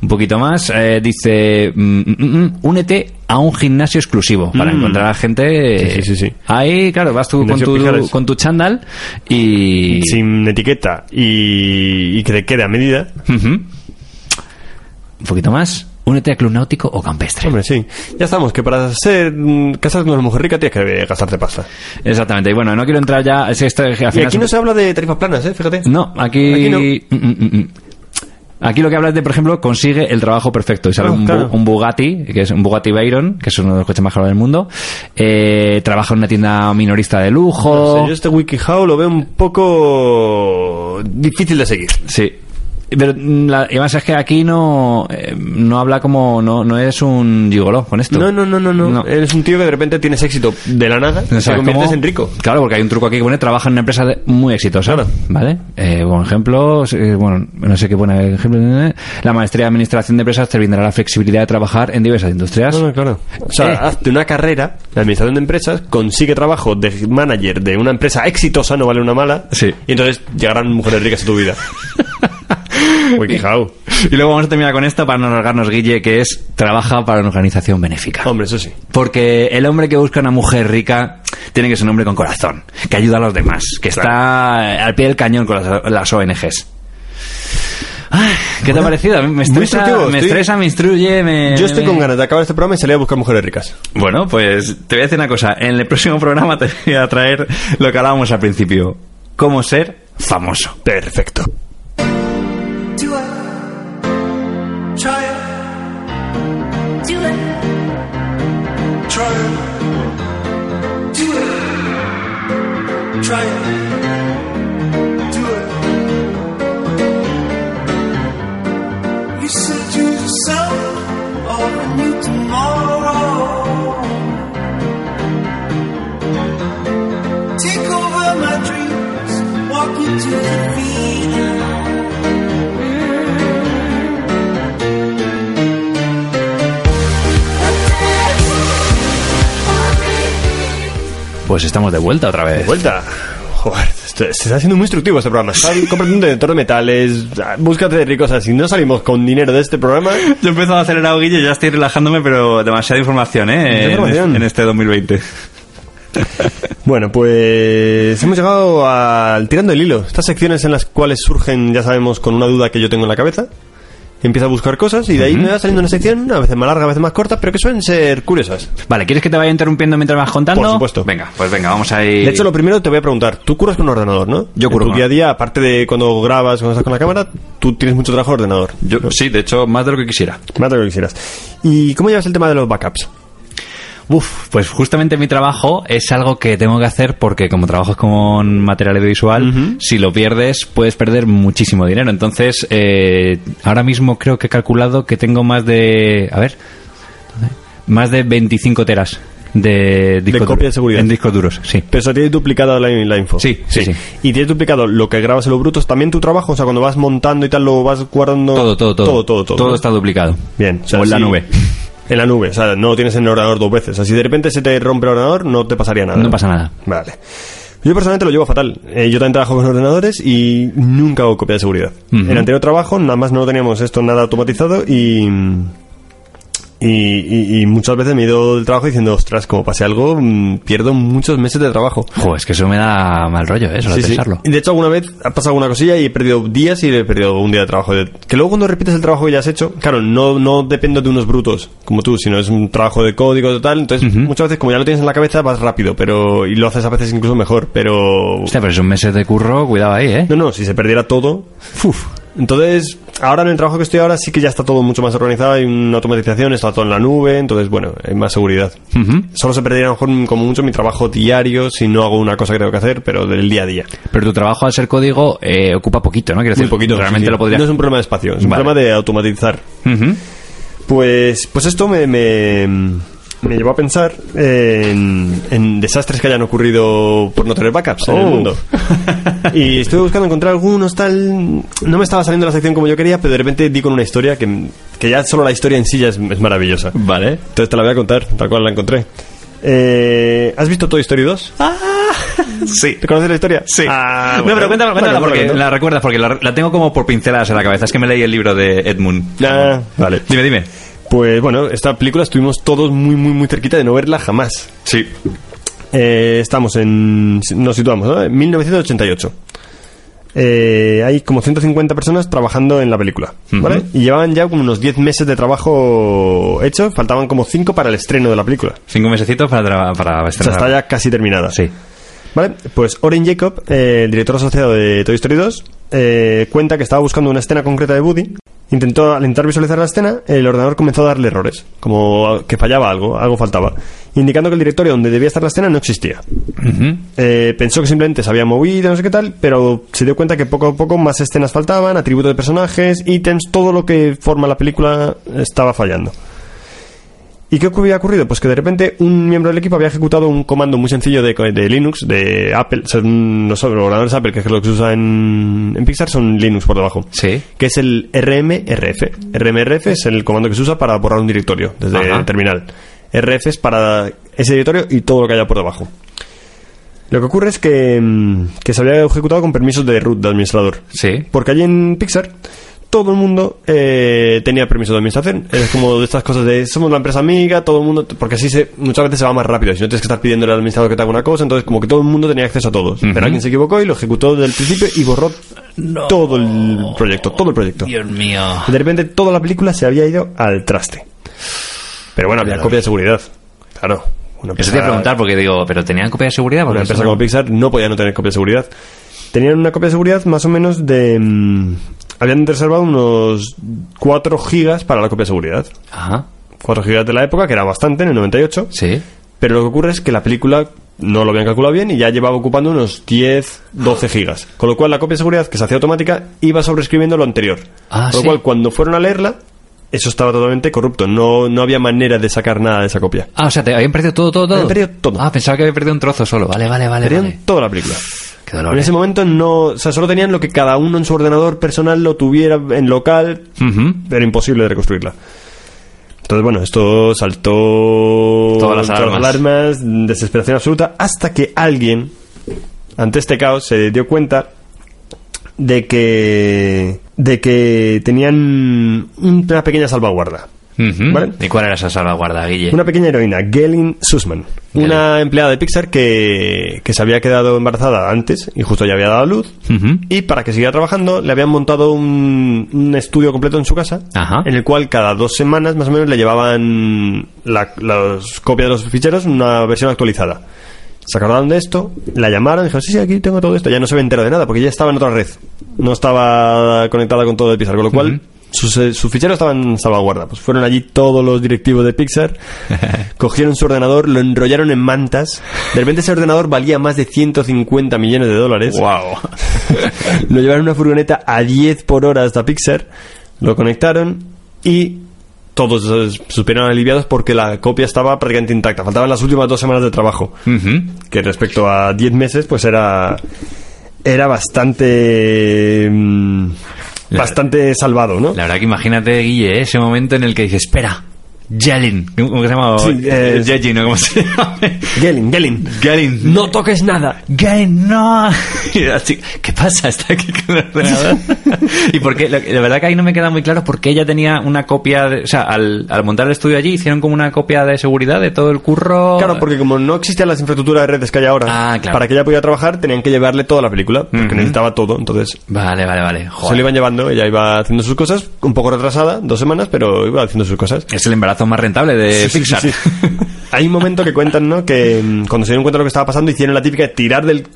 A: Un poquito más, eh, dice, mm, mm, mm, únete a un gimnasio exclusivo para
B: Mm.
A: encontrar a gente. eh,
B: Sí, sí, sí, sí.
A: Ahí, claro, vas tú con
B: Gimnasio
A: tu,
B: Pijares.
A: con tu chándal y...
B: Sin etiqueta y, y que te quede a medida.
A: Ujú. Un poquito más, únete a club náutico o campestre.
B: Hombre, sí. Ya estamos, que para ser mm, casarte con una mujer rica tienes que eh, gastarte pasta.
A: Exactamente. Y bueno, no quiero entrar ya. es que esto, al
B: Y
A: final
B: aquí
A: es-
B: no se habla de tarifas planas, ¿eh? Fíjate.
A: No, aquí.
B: Aquí no.
A: Mm, mm, mm, mm. Aquí lo que hablas de, por ejemplo, consigue el trabajo perfecto. Y sale
B: Ah,
A: un, bu-
B: claro.
A: un Bugatti, que es un Bugatti Veyron, que es uno de los coches más caros del mundo. Eh, trabaja en una tienda minorista de
B: No
A: lujo.
B: sé, yo este WikiHow lo veo un poco difícil de seguir.
A: Sí. Pero mm, la, y además es que aquí no, eh, no habla como. No, no es un gigoló con esto.
B: No, no, no, no, no,
A: No.
B: Eres un tío que de repente tienes éxito de la nada y
A: O sea,
B: te
A: es
B: conviertes
A: como-
B: en rico.
A: Claro, porque hay un truco aquí que pone trabaja en una empresa de- muy exitosa.
B: Claro.
A: ¿Vale? Eh, bueno, ejemplo, eh, bueno, no sé qué pone ejemplo. eh, La maestría de administración de empresas te brindará la flexibilidad de trabajar en diversas industrias.
B: claro. O sea, [LAUGHS]
A: Eh.
B: hazte una carrera de administración de empresas, consigue trabajo de manager de una empresa exitosa, no vale una mala.
A: Sí.
B: Y entonces llegarán mujeres ricas a tu [LAUGHS] vida. WikiHow.
A: Y luego vamos a terminar con esta para no alargarnos, Guille, que es trabaja para una organización benéfica.
B: Hombre, eso sí.
A: Eh, Porque el hombre que busca una mujer rica tiene que ser un hombre con corazón, que ayuda a los demás, que está eh, al pie del cañón con las, las ONGs. Ay, ¿Qué te ha parecido? Me estresa,
B: instructivo,
A: me,
B: estoy-
A: estresa me instruye, me...
B: Yo estoy
A: me-
B: con ganas de acabar este programa y salir a buscar mujeres ricas.
A: Bueno, pues te voy a decir una cosa. En el próximo programa te voy a traer lo que hablábamos al principio. Cómo ser famoso.
B: Perfecto.
D: Do it. Try it.
E: Do it,
D: Try it. Do it. Try it. Do it. You said you the sound of a new tomorrow. Take over my dreams. Walk into the feeling.
A: Pues estamos de vuelta otra
B: De
A: vez.
B: vuelta. Joder, esto- se está haciendo muy instructivo este programa. Está comprando un detector de metales, búscate de ricos. O sea, si no salimos con dinero de este programa,
A: Yo he empezado a acelerar, Guille, ya estoy relajándome, pero demasiada información, ¿eh? En,
B: Demasiada información.
A: en este 2020.
B: Bueno, pues hemos llegado al tirando el hilo. Estas secciones en las cuales surgen, ya sabemos, con una duda que yo tengo en la cabeza. Empiezo a buscar cosas y de ahí me va saliendo una sección, a veces más larga, a veces más corta, pero que suelen ser curiosas.
A: Vale, ¿quieres que te vaya interrumpiendo mientras vas contando?
B: Por supuesto.
A: Venga, pues venga, vamos ahí.
B: De hecho, lo primero te voy a preguntar, tú curas con ordenador, ¿no?
A: Yo curo
B: En
A: con-
B: tu día a día, aparte de cuando grabas, cuando estás con la cámara, tú tienes mucho trabajo de ordenador.
A: Yo- sí, de hecho, más de lo que quisiera.
B: Más de lo que quisieras. ¿Y cómo llevas el tema de los backups?
A: Uf, pues justamente mi trabajo es algo que tengo que hacer porque como trabajas con material audiovisual,
B: Ujú.
A: si lo pierdes puedes perder muchísimo dinero. Entonces, eh, ahora mismo creo que he calculado que tengo más de, a ver, más de 25 teras de, disco
B: copia
A: duro-
B: de seguridad.
A: en discos duros, sí.
B: Pero eso tienes duplicada la, la info.
A: Sí, sí, sí.
B: Y tienes duplicado lo que grabas en los brutos, también tu trabajo, o sea, cuando vas montando y tal, lo vas guardando.
A: Todo, todo, todo.
B: Todo, todo, todo. ¿no?
A: está duplicado.
B: Bien, o, sea,
A: o en la
B: si-
A: nube.
B: [LAUGHS] En la nube, o sea, no lo tienes en el ordenador dos veces. O sea, si de repente se te rompe el ordenador, no te pasaría nada.
A: No pasa nada.
B: Vale. Yo personalmente lo llevo fatal. Eh, yo también trabajo con ordenadores y nunca hago copia de seguridad.
A: Ujú.
B: En el anterior trabajo nada más no teníamos esto nada automatizado y... Y, y- y muchas veces me he ido del trabajo diciendo, ostras, como pase algo, mm, pierdo muchos meses de trabajo.
A: Jo, es que eso me da mal rollo, ¿eh? Solo
B: Sí, sí.
A: pensarlo.
B: Y De hecho, alguna vez ha pasado alguna cosilla y he perdido días y he perdido un día de trabajo. Que luego cuando repites el trabajo que ya has hecho, claro, no, no dependo de unos brutos como tú, sino es un trabajo de código y tal. Entonces, muchas veces como ya lo tienes en la cabeza, vas rápido, pero y lo haces a veces incluso mejor. Pero...
A: Hostia, pero es un mes de curro, cuidado ahí, ¿eh?
B: No, no, si se perdiera todo... uf. Entonces, ahora en el trabajo que estoy ahora sí que ya está todo mucho más organizado, hay una automatización, está todo en la nube, entonces, bueno, hay más seguridad.
A: Ujú.
B: Solo se perdería a lo mejor como mucho mi trabajo diario si no hago una cosa que tengo que hacer, pero del día a día.
A: Pero tu trabajo al ser código eh, ocupa poquito, ¿no? Quiero decir,
B: Muy poquito.
A: realmente
B: sí, sí.
A: lo podrías...
B: No es un problema de espacio, es un
A: Vale.
B: problema de automatizar.
A: Ujú.
B: Pues, pues esto me, me, me llevó a pensar en, en desastres que hayan ocurrido por no tener backups en el
A: Oh.
B: mundo. Y estuve buscando encontrar algunos tal. No me estaba saliendo la sección como yo quería, pero de repente di con una historia que, que ya solo la historia en sí ya es, es maravillosa.
A: Vale.
B: Entonces te la voy a contar, tal cual la encontré. Eh, ¿Has visto Toy Story 2?
A: Sí.
B: ¿Te conoces la historia?
A: Ah. Sí.
B: Ah,
A: no,
B: bueno.
A: pero
B: Bueno,
A: cuéntala, cuéntala
B: pues la
A: porque
B: cuento.
A: la recuerdas, porque la, la tengo como por pinceladas en la cabeza. Es que me leí el libro de Edmund.
B: Ah, vale.
A: Dime, dime.
B: Pues bueno, esta película estuvimos todos muy, muy, muy cerquita de no verla jamás.
A: Sí.
B: Eh, estamos en. Nos situamos, ¿no? En 1988. Eh, hay como 150 personas trabajando en la película, ¿vale?
A: Ujú.
B: Y llevaban ya como unos 10 meses de trabajo hecho, faltaban como 5 para el estreno de la película.
A: Cinco mesecitos para, tra-
B: O
A: para
B: sea,
A: estrenar.
B: está ya casi terminada.
A: Sí.
B: Vale, pues Oren Jacob, eh, el director asociado de Toy Story 2, eh, cuenta que estaba buscando una escena concreta de Woody. Intentó alentar visualizar la escena, el ordenador comenzó a darle errores, como que fallaba algo, algo faltaba, indicando que el directorio donde debía estar la escena no existía.
A: Ujú.
B: Eh, pensó que simplemente se había movido, no sé qué tal, pero se dio cuenta que poco a poco más escenas faltaban, atributos de personajes, ítems, todo lo que forma la película estaba fallando. ¿Y qué había ocurrido? Pues que de repente un miembro del equipo había ejecutado un comando muy sencillo de, de Linux, de Apple, o sea, un- los ordenadores Apple, que es lo que se usa en, en Pixar, son Linux por debajo.
A: Sí.
B: Que es el RMRF. RMRF es el comando que se usa para borrar un directorio desde
A: Ajá.
B: el terminal. RF es para ese directorio y todo lo que haya por debajo. Lo que ocurre es que, mm, que se había ejecutado con permisos de root de administrador.
A: Sí.
B: Porque allí en Pixar todo el mundo eh, tenía permiso de administración. Es como de estas cosas de somos la empresa amiga, todo el mundo. Porque así se, muchas veces se va más rápido. Si no tienes que estar pidiendo al administrador que te haga una cosa, entonces como que todo el mundo tenía acceso a todos.
A: Ujú.
B: Pero alguien se equivocó y lo ejecutó desde el principio y borró todo el proyecto. Todo el proyecto.
A: Dios mío.
B: De repente toda la película se había ido al traste. Pero bueno, había copia de seguridad. Claro. Una
A: Eso te iba a
B: empresa-
A: preguntar porque digo, ¿pero tenían copia de seguridad? Porque
B: una empresa
A: eso-
B: como Pixar no podía no tener copia de seguridad. Tenían una copia de seguridad más o menos de... mm, habían reservado unos 4 gigas para la copia de seguridad.
A: Ajá.
B: 4 gigas de la época, que era bastante, en el 98.
A: Sí.
B: Pero lo que ocurre es que la película no lo habían calculado bien y ya llevaba ocupando unos 10, 12 gigas. Con lo cual la copia de seguridad que se hacía automática iba sobreescribiendo lo anterior.
A: Ah,
B: Con lo
A: sí.
B: cual cuando fueron a leerla, eso estaba totalmente corrupto. No, no había manera de sacar nada de esa copia.
A: Ah, o sea, te habían perdido todo, todo, todo.
B: Habían perdido todo.
A: Ah, pensaba que había perdido un trozo solo. Vale, vale, vale.
B: Tenían
A: vale.
B: toda la película.
A: Qué dolor.
B: En
A: eh.
B: ese momento no, o sea, solo tenían lo que cada uno en su ordenador personal lo tuviera en local,
A: Ujú.
B: era imposible de reconstruirla. Entonces, bueno, esto saltó
A: Todas las
B: alarmas, desesperación absoluta, hasta que alguien, ante este caos, se dio cuenta de que, de que tenían una pequeña salvaguarda.
A: Ujú.
B: Vale.
A: ¿Y cuál era esa salvaguarda, Guille?
B: Una pequeña heroína, Galen Sussman. Una empleada de Pixar que, que se había quedado embarazada antes y justo ya había dado a luz.
A: Ujú.
B: Y para que siguiera trabajando, le habían montado un, un estudio completo en su casa,
A: Ajá.
B: en el cual cada dos semanas más o menos le llevaban la, las copias de los ficheros, una versión actualizada. Se acordaron de esto, la llamaron, dijeron, sí, sí, aquí tengo todo esto. Ya no se había enterado de nada, porque ya estaba en otra red. No estaba conectada con todo de Pixar, con lo cual sus, eh, sus ficheros estaban en salvaguarda. Pues fueron allí todos los directivos de Pixar, cogieron su ordenador, lo enrollaron en mantas. De repente ese ordenador valía más de 150 millones de dólares.
A: Wow.
B: [LAUGHS] Lo llevaron en una furgoneta a 10 por hora hasta Pixar, lo conectaron y todos eh, supieron aliviados porque la copia estaba prácticamente intacta. Faltaban las últimas dos semanas de trabajo, que respecto a 10 meses, pues era. Era bastante. mm,
A: La-
B: Bastante salvado, ¿no?
A: ¿eh? La verdad que imagínate, Guille, ese momento en el que dices, espera, Yelling. ¿Cómo que se llama?
B: Sí, eh,
A: Yelling, ¿no? ¿Cómo
B: [LAUGHS]
A: se llama?
B: Gelin, Gelin.
A: Yelling.
B: No toques nada.
A: Gain, no. [LAUGHS] Y la chica, ¿Qué pasa? Está aquí con el
B: [LAUGHS]
A: ordenador. y porque, la la verdad que ahí no me queda muy claro porque ella tenía una copia, de- o sea, al, al montar el estudio allí hicieron como una copia de seguridad de todo el curro.
B: Claro, porque como no existían las infraestructuras de redes que hay ahora,
A: Oh. Ah, claro.
B: para que ella pudiera trabajar tenían que llevarle toda la película, porque
A: Ujú.
B: necesitaba todo, entonces
A: Vale, vale, vale.
B: se lo
A: Joder.
B: iban llevando, ella iba haciendo sus cosas, un poco retrasada, dos semanas, pero iba haciendo sus cosas.
A: Es el embarazo más rentable
B: Sí,
A: de
B: sí,
A: [LAUGHS] Pixar.
B: sí. [LAUGHS] Hay un momento que cuentan, ¿no? Que mm, cuando se dieron cuenta de lo que estaba pasando, hicieron la típica de tirar del,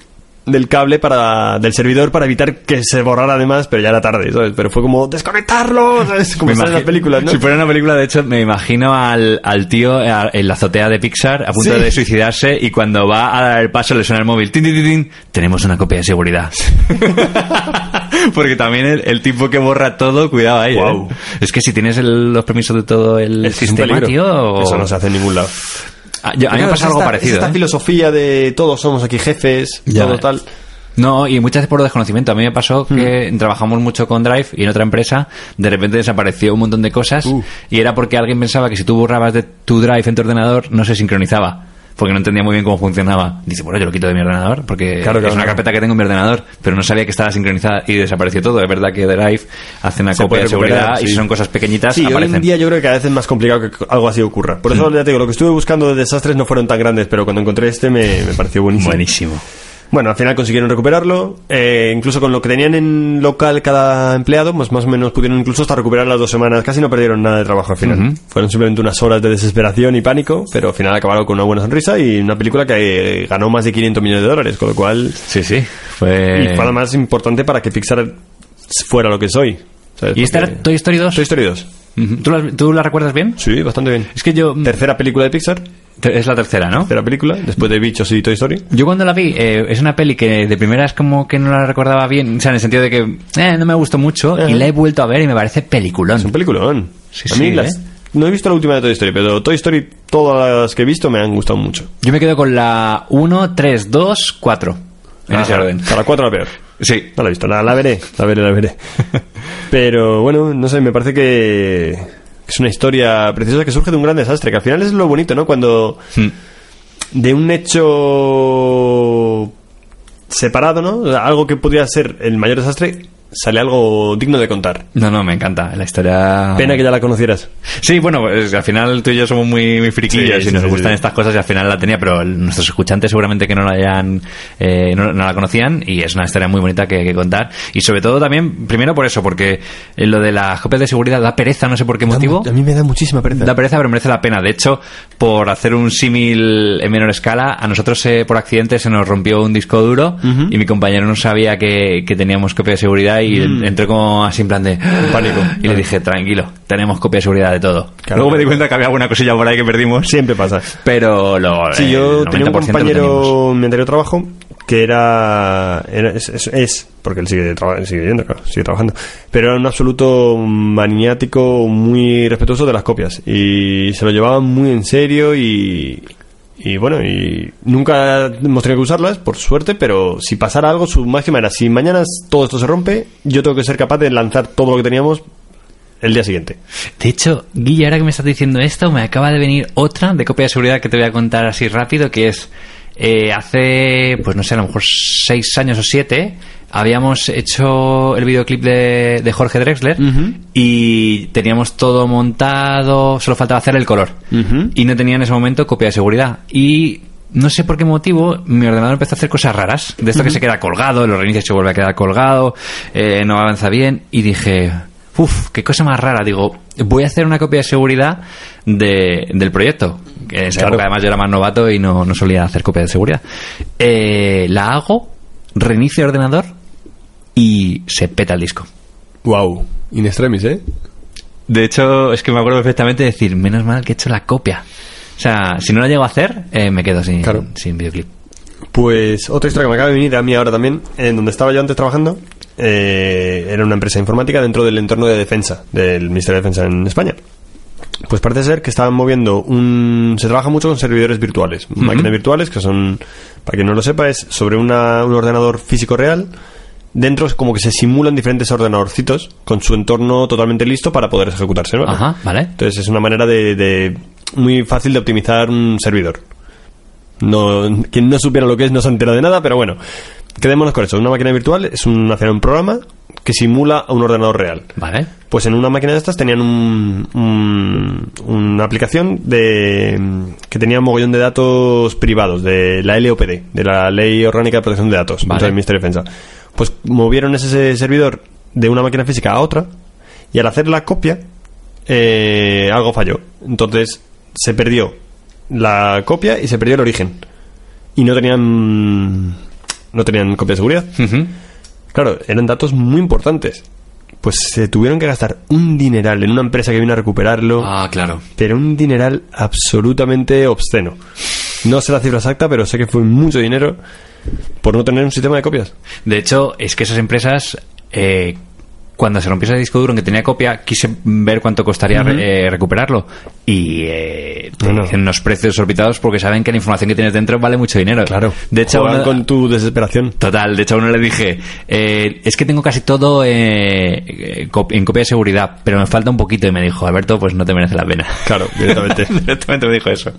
B: del cable para, del servidor para evitar que se borrara además, pero ya era tarde, ¿sabes? Pero fue como desconectarlo, ¿sabes? Como
A: Me
B: están en las
A: imagi-
B: películas, ¿no?
A: Si fuera una película, de hecho, me imagino al, al tío eh, a- en la azotea de Pixar a punto
B: Sí.
A: de suicidarse y cuando va a dar el paso le suena el móvil. Tin, tin, tin, tin. Tenemos una copia
B: [LAUGHS]
A: de seguridad. Porque también el, el tipo que borra todo, cuidado ahí. ¿eh?
B: Wow.
A: Es que si tienes el- los permisos de todo el
B: Es que es un
A: sistema,
B: peligro.
A: tío. o-
B: Eso no se hace en ningún lado.
A: Ah, yo- a mí me
B: Claro,
A: pasa
B: es
A: algo
B: esta- es
A: parecido.
B: Esta
A: ¿eh?
B: filosofía de todos somos aquí jefes,
A: Ya,
B: todo
A: eh.
B: tal. Hmm.
A: No, y muchas veces por desconocimiento. A mí me pasó que trabajamos mucho con Drive y en otra empresa de repente desapareció un montón de cosas
B: Uh.
A: y era porque alguien pensaba que si tú borrabas de tu Drive en tu ordenador no se sincronizaba. Porque no entendía muy bien cómo funcionaba. Dice, bueno, yo lo quito de mi ordenador porque
B: Claro, claro,
A: es una
B: claro.
A: carpeta que tengo en mi ordenador, pero no sabía que estaba sincronizada y desapareció todo. Es verdad que Drive hace una
B: Se
A: copia
B: puede
A: de seguridad
B: recuperar,
A: y
B: sí.
A: si son cosas pequeñitas
B: Sí, hoy
A: aparecen. Mm.
B: en día yo creo que a veces es más complicado que algo así ocurra. Por eso ya te digo, lo que estuve buscando de desastres no fueron tan grandes, pero cuando encontré este me, me pareció buenísimo.
A: Buenísimo.
B: Bueno, al final consiguieron recuperarlo. eh, incluso con lo que tenían en local cada empleado, pues más o menos pudieron incluso hasta recuperar las dos semanas. Casi no perdieron nada de trabajo al final.
A: Ujú.
B: Fueron simplemente unas horas de desesperación y pánico, pero al final acabaron con una buena sonrisa y una película que eh, ganó más de 500 millones de dólares, con lo cual...
A: Sí, sí. Fue...
B: Y fue lo más importante para que Pixar fuera lo que soy. ¿sabes?
A: ¿Y esta
B: Porque-
A: era Toy Story 2?
B: Toy Story 2.
A: Ujú. ¿Tú, la, ¿Tú la recuerdas bien?
B: Sí, bastante bien.
A: Es que yo...
B: Tercera película de Pixar.
A: Es la tercera, ¿no?
B: Tercera película, después de Bichos y Toy Story.
A: Yo cuando la vi, eh, es una peli que de primera es como que no la recordaba bien, o sea, en el sentido de que eh, no me gustó mucho
B: Ajá.
A: y la he vuelto a ver y me parece
B: Es un
A: peliculón.
B: peliculón.
A: Sí,
B: a mí
A: sí,
B: las-
A: ¿eh?
B: no he visto la última de Toy Story, pero Toy Story, todas las que he visto me han gustado mucho.
A: Yo me quedo con la 1, 3, 2, 4. En
B: Ah,
A: ese orden.
B: Para cuatro la peor.
A: Sí.
B: No la he visto, la, la veré, la veré, la
A: [LAUGHS]
B: veré. Pero bueno, no sé, me parece que es una historia preciosa que surge de un gran desastre, que al final es lo bonito, ¿no? Cuando
A: Mm.
B: de un hecho separado, ¿no? O sea, Algo que podría ser el mayor desastre, sale algo digno de contar.
A: No, no, me encanta. La historia.
B: Pena que ya la conocieras.
A: Sí, bueno, es que al final tú y yo somos muy, muy friquillos
B: Sí,
A: y nos
B: sí, sí,
A: gustan
B: sí.
A: estas cosas y al final la tenía, pero el- nuestros escuchantes seguramente que no la hayan, eh, no, no la conocían y es una historia muy bonita que, que contar. Y sobre todo también, primero por eso, porque eh, lo de las copias de seguridad da pereza, no sé por qué motivo.
B: A mí me da muchísima pereza.
A: Da pereza, pero merece la pena. De hecho, por hacer un símil en menor escala, a nosotros eh, por accidente se nos rompió un disco duro y mi compañero no sabía que, que teníamos copia de seguridad y en- entró como así en plan de
B: Mm.
A: ¡Ah!
B: pánico.
A: Y le dije, tranquilo, tenemos copia de seguridad de todo.
B: Claro.
A: Luego me di cuenta que había alguna cosilla por ahí que perdimos.
B: Siempre pasa.
A: Pero lo,
B: Sí,
A: Eh, el
B: yo
A: 90%
B: tenía un
A: lo teníamos.
B: compañero en mi anterior trabajo que era. era- es, es- es, porque él sigue, traba- sigue yendo, claro, sigue trabajando. Pero era un absoluto maniático muy respetuoso de las copias. Y se lo llevaban muy en serio y. Y bueno, y nunca hemos tenido que usarlas, por suerte, pero si pasara algo, su máxima era, si mañana todo esto se rompe, yo tengo que ser capaz de lanzar todo lo que teníamos el día siguiente.
A: De hecho, Guilla, ahora que me estás diciendo esto, me acaba de venir otra de copia de seguridad que te voy a contar así rápido, que es eh, hace, pues no sé, a lo mejor seis años o siete, habíamos hecho el videoclip de, de Jorge Drexler y teníamos todo montado, solo faltaba hacer el color.
B: Ujú.
A: Y no tenía en ese momento copia de seguridad. Y no sé por qué motivo mi ordenador empezó a hacer cosas raras. De esto que se queda colgado, lo reinicia y se vuelve a quedar colgado, eh, no avanza bien. Y dije, uff, qué cosa más rara. Digo, voy a hacer una copia de seguridad de- del proyecto. Que En esa
B: Claro.
A: época, además yo era más novato y no, no solía hacer copia de seguridad. Eh, la hago, reinicio el ordenador y se peta el disco.
B: Wow, in extremis, ¿eh?
A: De hecho, es que me acuerdo perfectamente de decir, menos mal que he hecho la copia. O sea, si no la llego a hacer, eh, me quedo sin,
B: Claro.
A: sin videoclip.
B: Pues otra historia que me acaba de venir a mí ahora también, en donde estaba yo antes trabajando, eh, era una empresa informática dentro del entorno de defensa, del Ministerio de Defensa en España. Pues parece ser que estaban moviendo un... Se trabaja mucho con servidores virtuales, máquinas virtuales, que son, para quien no lo sepa, es sobre una- un ordenador físico real dentro es como que se simulan diferentes ordenadorcitos con su entorno totalmente listo para poder ejecutarse. ¿vale?
A: Ajá, vale.
B: Entonces es una manera de, de- muy fácil de optimizar un servidor. No, quien no supiera lo que es no se entera de nada, pero bueno, quedémonos con eso. Una máquina virtual es un, hacer un programa que simula a un ordenador real.
A: Vale.
B: Pues en una máquina de estas tenían un, un- una aplicación de que tenía un mogollón de datos privados de la LOPD, de la Ley Orgánica de Protección de Datos,
A: Vale.
B: dentro del Ministerio de Defensa. Pues movieron ese servidor de una máquina física a otra y al hacer la copia eh, algo falló. Entonces se perdió la copia y se perdió el origen. Y no tenían no tenían copia de seguridad.
A: Ujú.
B: Claro, eran datos muy importantes. Pues se tuvieron que gastar un dineral en una empresa que vino a recuperarlo,
A: Ah, claro.
B: pero un dineral absolutamente obsceno. No sé la cifra exacta, pero sé que fue mucho dinero por no tener un sistema de copias.
A: De hecho, es que esas empresas, eh, cuando se rompiese el disco duro en que tenía copia, quise ver cuánto costaría re- eh, recuperarlo. Y eh, te
B: Bueno.
A: dicen unos precios orbitados porque saben que la información que tienes dentro vale mucho dinero. De hecho,
B: Juegan
A: uno-
B: con tu desesperación.
A: Total, de hecho a uno le dije, eh, es que tengo casi todo eh, eh, cop- en copia de seguridad, pero me falta un poquito y me dijo, Alberto, pues no te merece la pena.
B: Claro, directamente.
A: [LAUGHS] Directamente me dijo eso.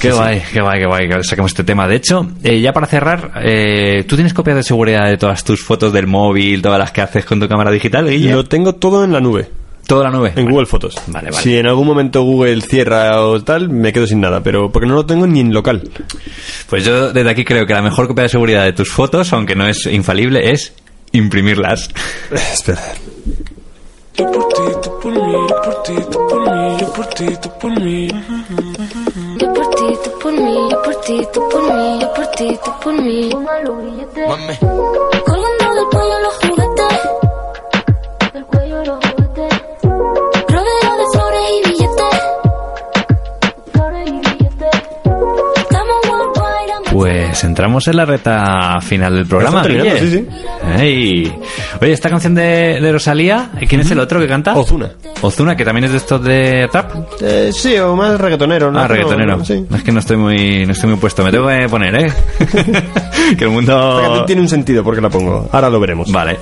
A: Qué guay, qué guay, qué guay que saquemos este tema. De hecho, eh, ya para cerrar, eh, ¿tú tienes copias de seguridad de todas tus fotos del móvil, todas las que haces con tu cámara digital, Guille?
B: Lo tengo todo en la nube.
A: Toda la nube.
B: En Google Fotos.
A: Vale, vale.
B: Si en algún momento Google cierra o tal, me quedo sin nada, pero porque no lo tengo ni en local.
A: Pues yo desde aquí creo que la mejor copia de seguridad de tus fotos, aunque no es infalible, es imprimirlas.
B: [LAUGHS] Espera.
F: Yo por ti, tú por mí, yo por ti, tú por mí, yo por ti, tú por mí.
E: Yo por ti, tú por mí, yo por ti, tú por mí, yo por ti, tú por mí. Colgando del cuello los juguetes. Del cuello los juguetes. Rodeado de flores y billetes. Flores y billetes. Estamos worldwide, I'm
A: Pues entramos en la reta final del programa.
B: Estamos terminando,
A: Guille. Ey. Oye, esta canción de, de Rosalía, ¿quién es el otro que canta?
B: Ozuna.
A: Ozuna, que también es de estos de trap.
B: Eh, sí, o más reggaetonero. ¿no?
A: ah, reggaetonero.
B: No, sí.
A: Es que no estoy muy no estoy muy puesto, me tengo que poner,
B: [LAUGHS]
A: ¿eh? [LAUGHS] que
B: Esta
A: el mundo
B: canción tiene un sentido porque la pongo. Ahora lo veremos.
A: Vale.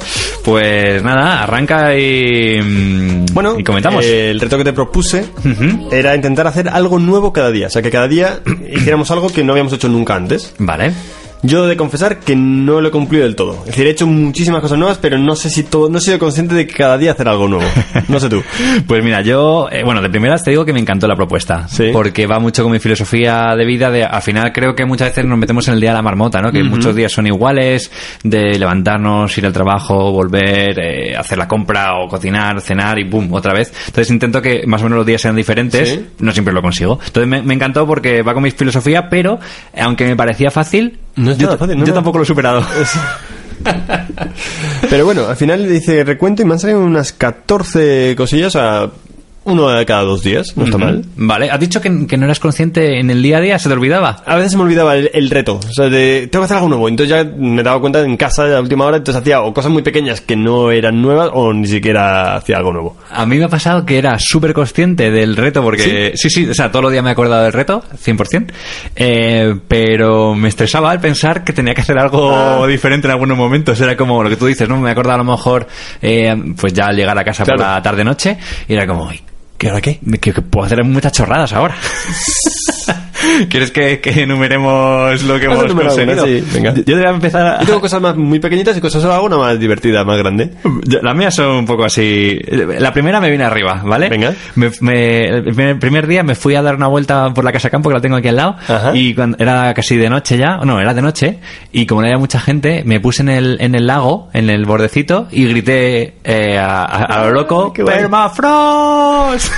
A: Pues nada, arranca y mm,
B: Bueno,
A: y comentamos.
B: eh, el reto que te propuse
A: Ujú.
B: era intentar hacer algo nuevo cada día. O sea, que cada
A: [CLEARS THROAT]
B: día hiciéramos algo que no habíamos hecho nunca antes.
A: Vale.
B: Yo he de confesar que no lo he cumplido del todo. Es decir, he hecho muchísimas cosas nuevas, pero no sé si todo, no he sido consciente de que cada día hacer algo nuevo. No
A: [LAUGHS]
B: sé tú.
A: Pues mira, yo, eh, bueno, de primeras te digo que me encantó la propuesta.
B: Sí.
A: Porque va mucho con mi filosofía de vida. De, al final creo que muchas veces nos metemos en el día de la marmota, ¿no? Que muchos días son iguales, de levantarnos, ir al trabajo, volver, eh, hacer la compra o cocinar, cenar y boom, otra vez. Entonces intento que más o menos los días sean diferentes.
B: Sí.
A: No siempre lo consigo. Entonces me, me encantó porque va con mi filosofía, pero eh, aunque me parecía fácil,
B: No es
A: yo,
B: nada
A: t-
B: fácil, no,
A: yo
B: no.
A: tampoco lo he superado.
B: Pero bueno, al final dice recuento y me han salido unas 14 cosillas a uno de cada dos días. No está mal.
A: Vale, has dicho que, que no eras consciente en el día a día, se te olvidaba.
B: A veces se me olvidaba el, el reto. O sea, de, tengo que hacer algo nuevo. Entonces ya me daba cuenta en casa a la última hora. Entonces hacía o cosas muy pequeñas que no eran nuevas o ni siquiera hacía algo nuevo.
A: A mí me ha pasado que era súper consciente del reto, porque ¿Sí? sí, o sea, todos los días me he acordado del reto, 100%, eh, pero me estresaba al pensar que tenía que hacer algo
B: Ah.
A: diferente en algunos momentos. Era como lo que tú dices, ¿no? Me he acordado a lo mejor, eh, pues ya al llegar a casa por
B: Claro.
A: la tarde-noche, y era como, "Ay,
B: ¿Qué ahora qué?
A: que, que puedo hacer muchas
B: [LAUGHS]
A: chorradas ahora. [LAUGHS] ¿Quieres que, que enumeremos lo que
B: Vamos a
A: hemos
B: enumerar algunas,
A: conseguido?
B: sí, venga.
A: Yo debería empezar a...
B: Yo tengo cosas más muy pequeñitas y cosas alguna más divertida, más grande.
A: Yo- Las mías son un poco así. La primera me viene arriba, ¿vale?
B: Venga.
A: Me- me- el primer- el primer día me fui a dar una vuelta por la casa campo, que la tengo aquí al lado.
B: Ajá.
A: Y cuando, era casi de noche ya. No, era de noche. Y como no había mucha gente, me puse en el, en el lago, en el bordecito, y grité eh, a, a- a lo loco:
B: Qué guay.
A: ¡Permafrost!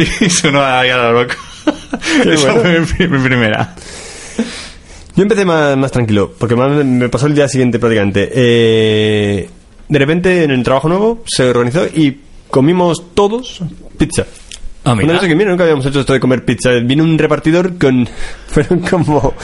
A: [LAUGHS] y sonó ahí a lo loco.
B: Qué
A: Esa
B: bueno.
A: fue mi pri- mi primera.
B: Yo empecé más, más tranquilo, porque más me- me pasó el día siguiente prácticamente. Eh, de repente en el trabajo nuevo se organizó y comimos todos pizza.
A: Ah, mira.
B: Una cosa que mira, nunca habíamos hecho esto de comer pizza. Vino un repartidor con... [LAUGHS] Fueron como...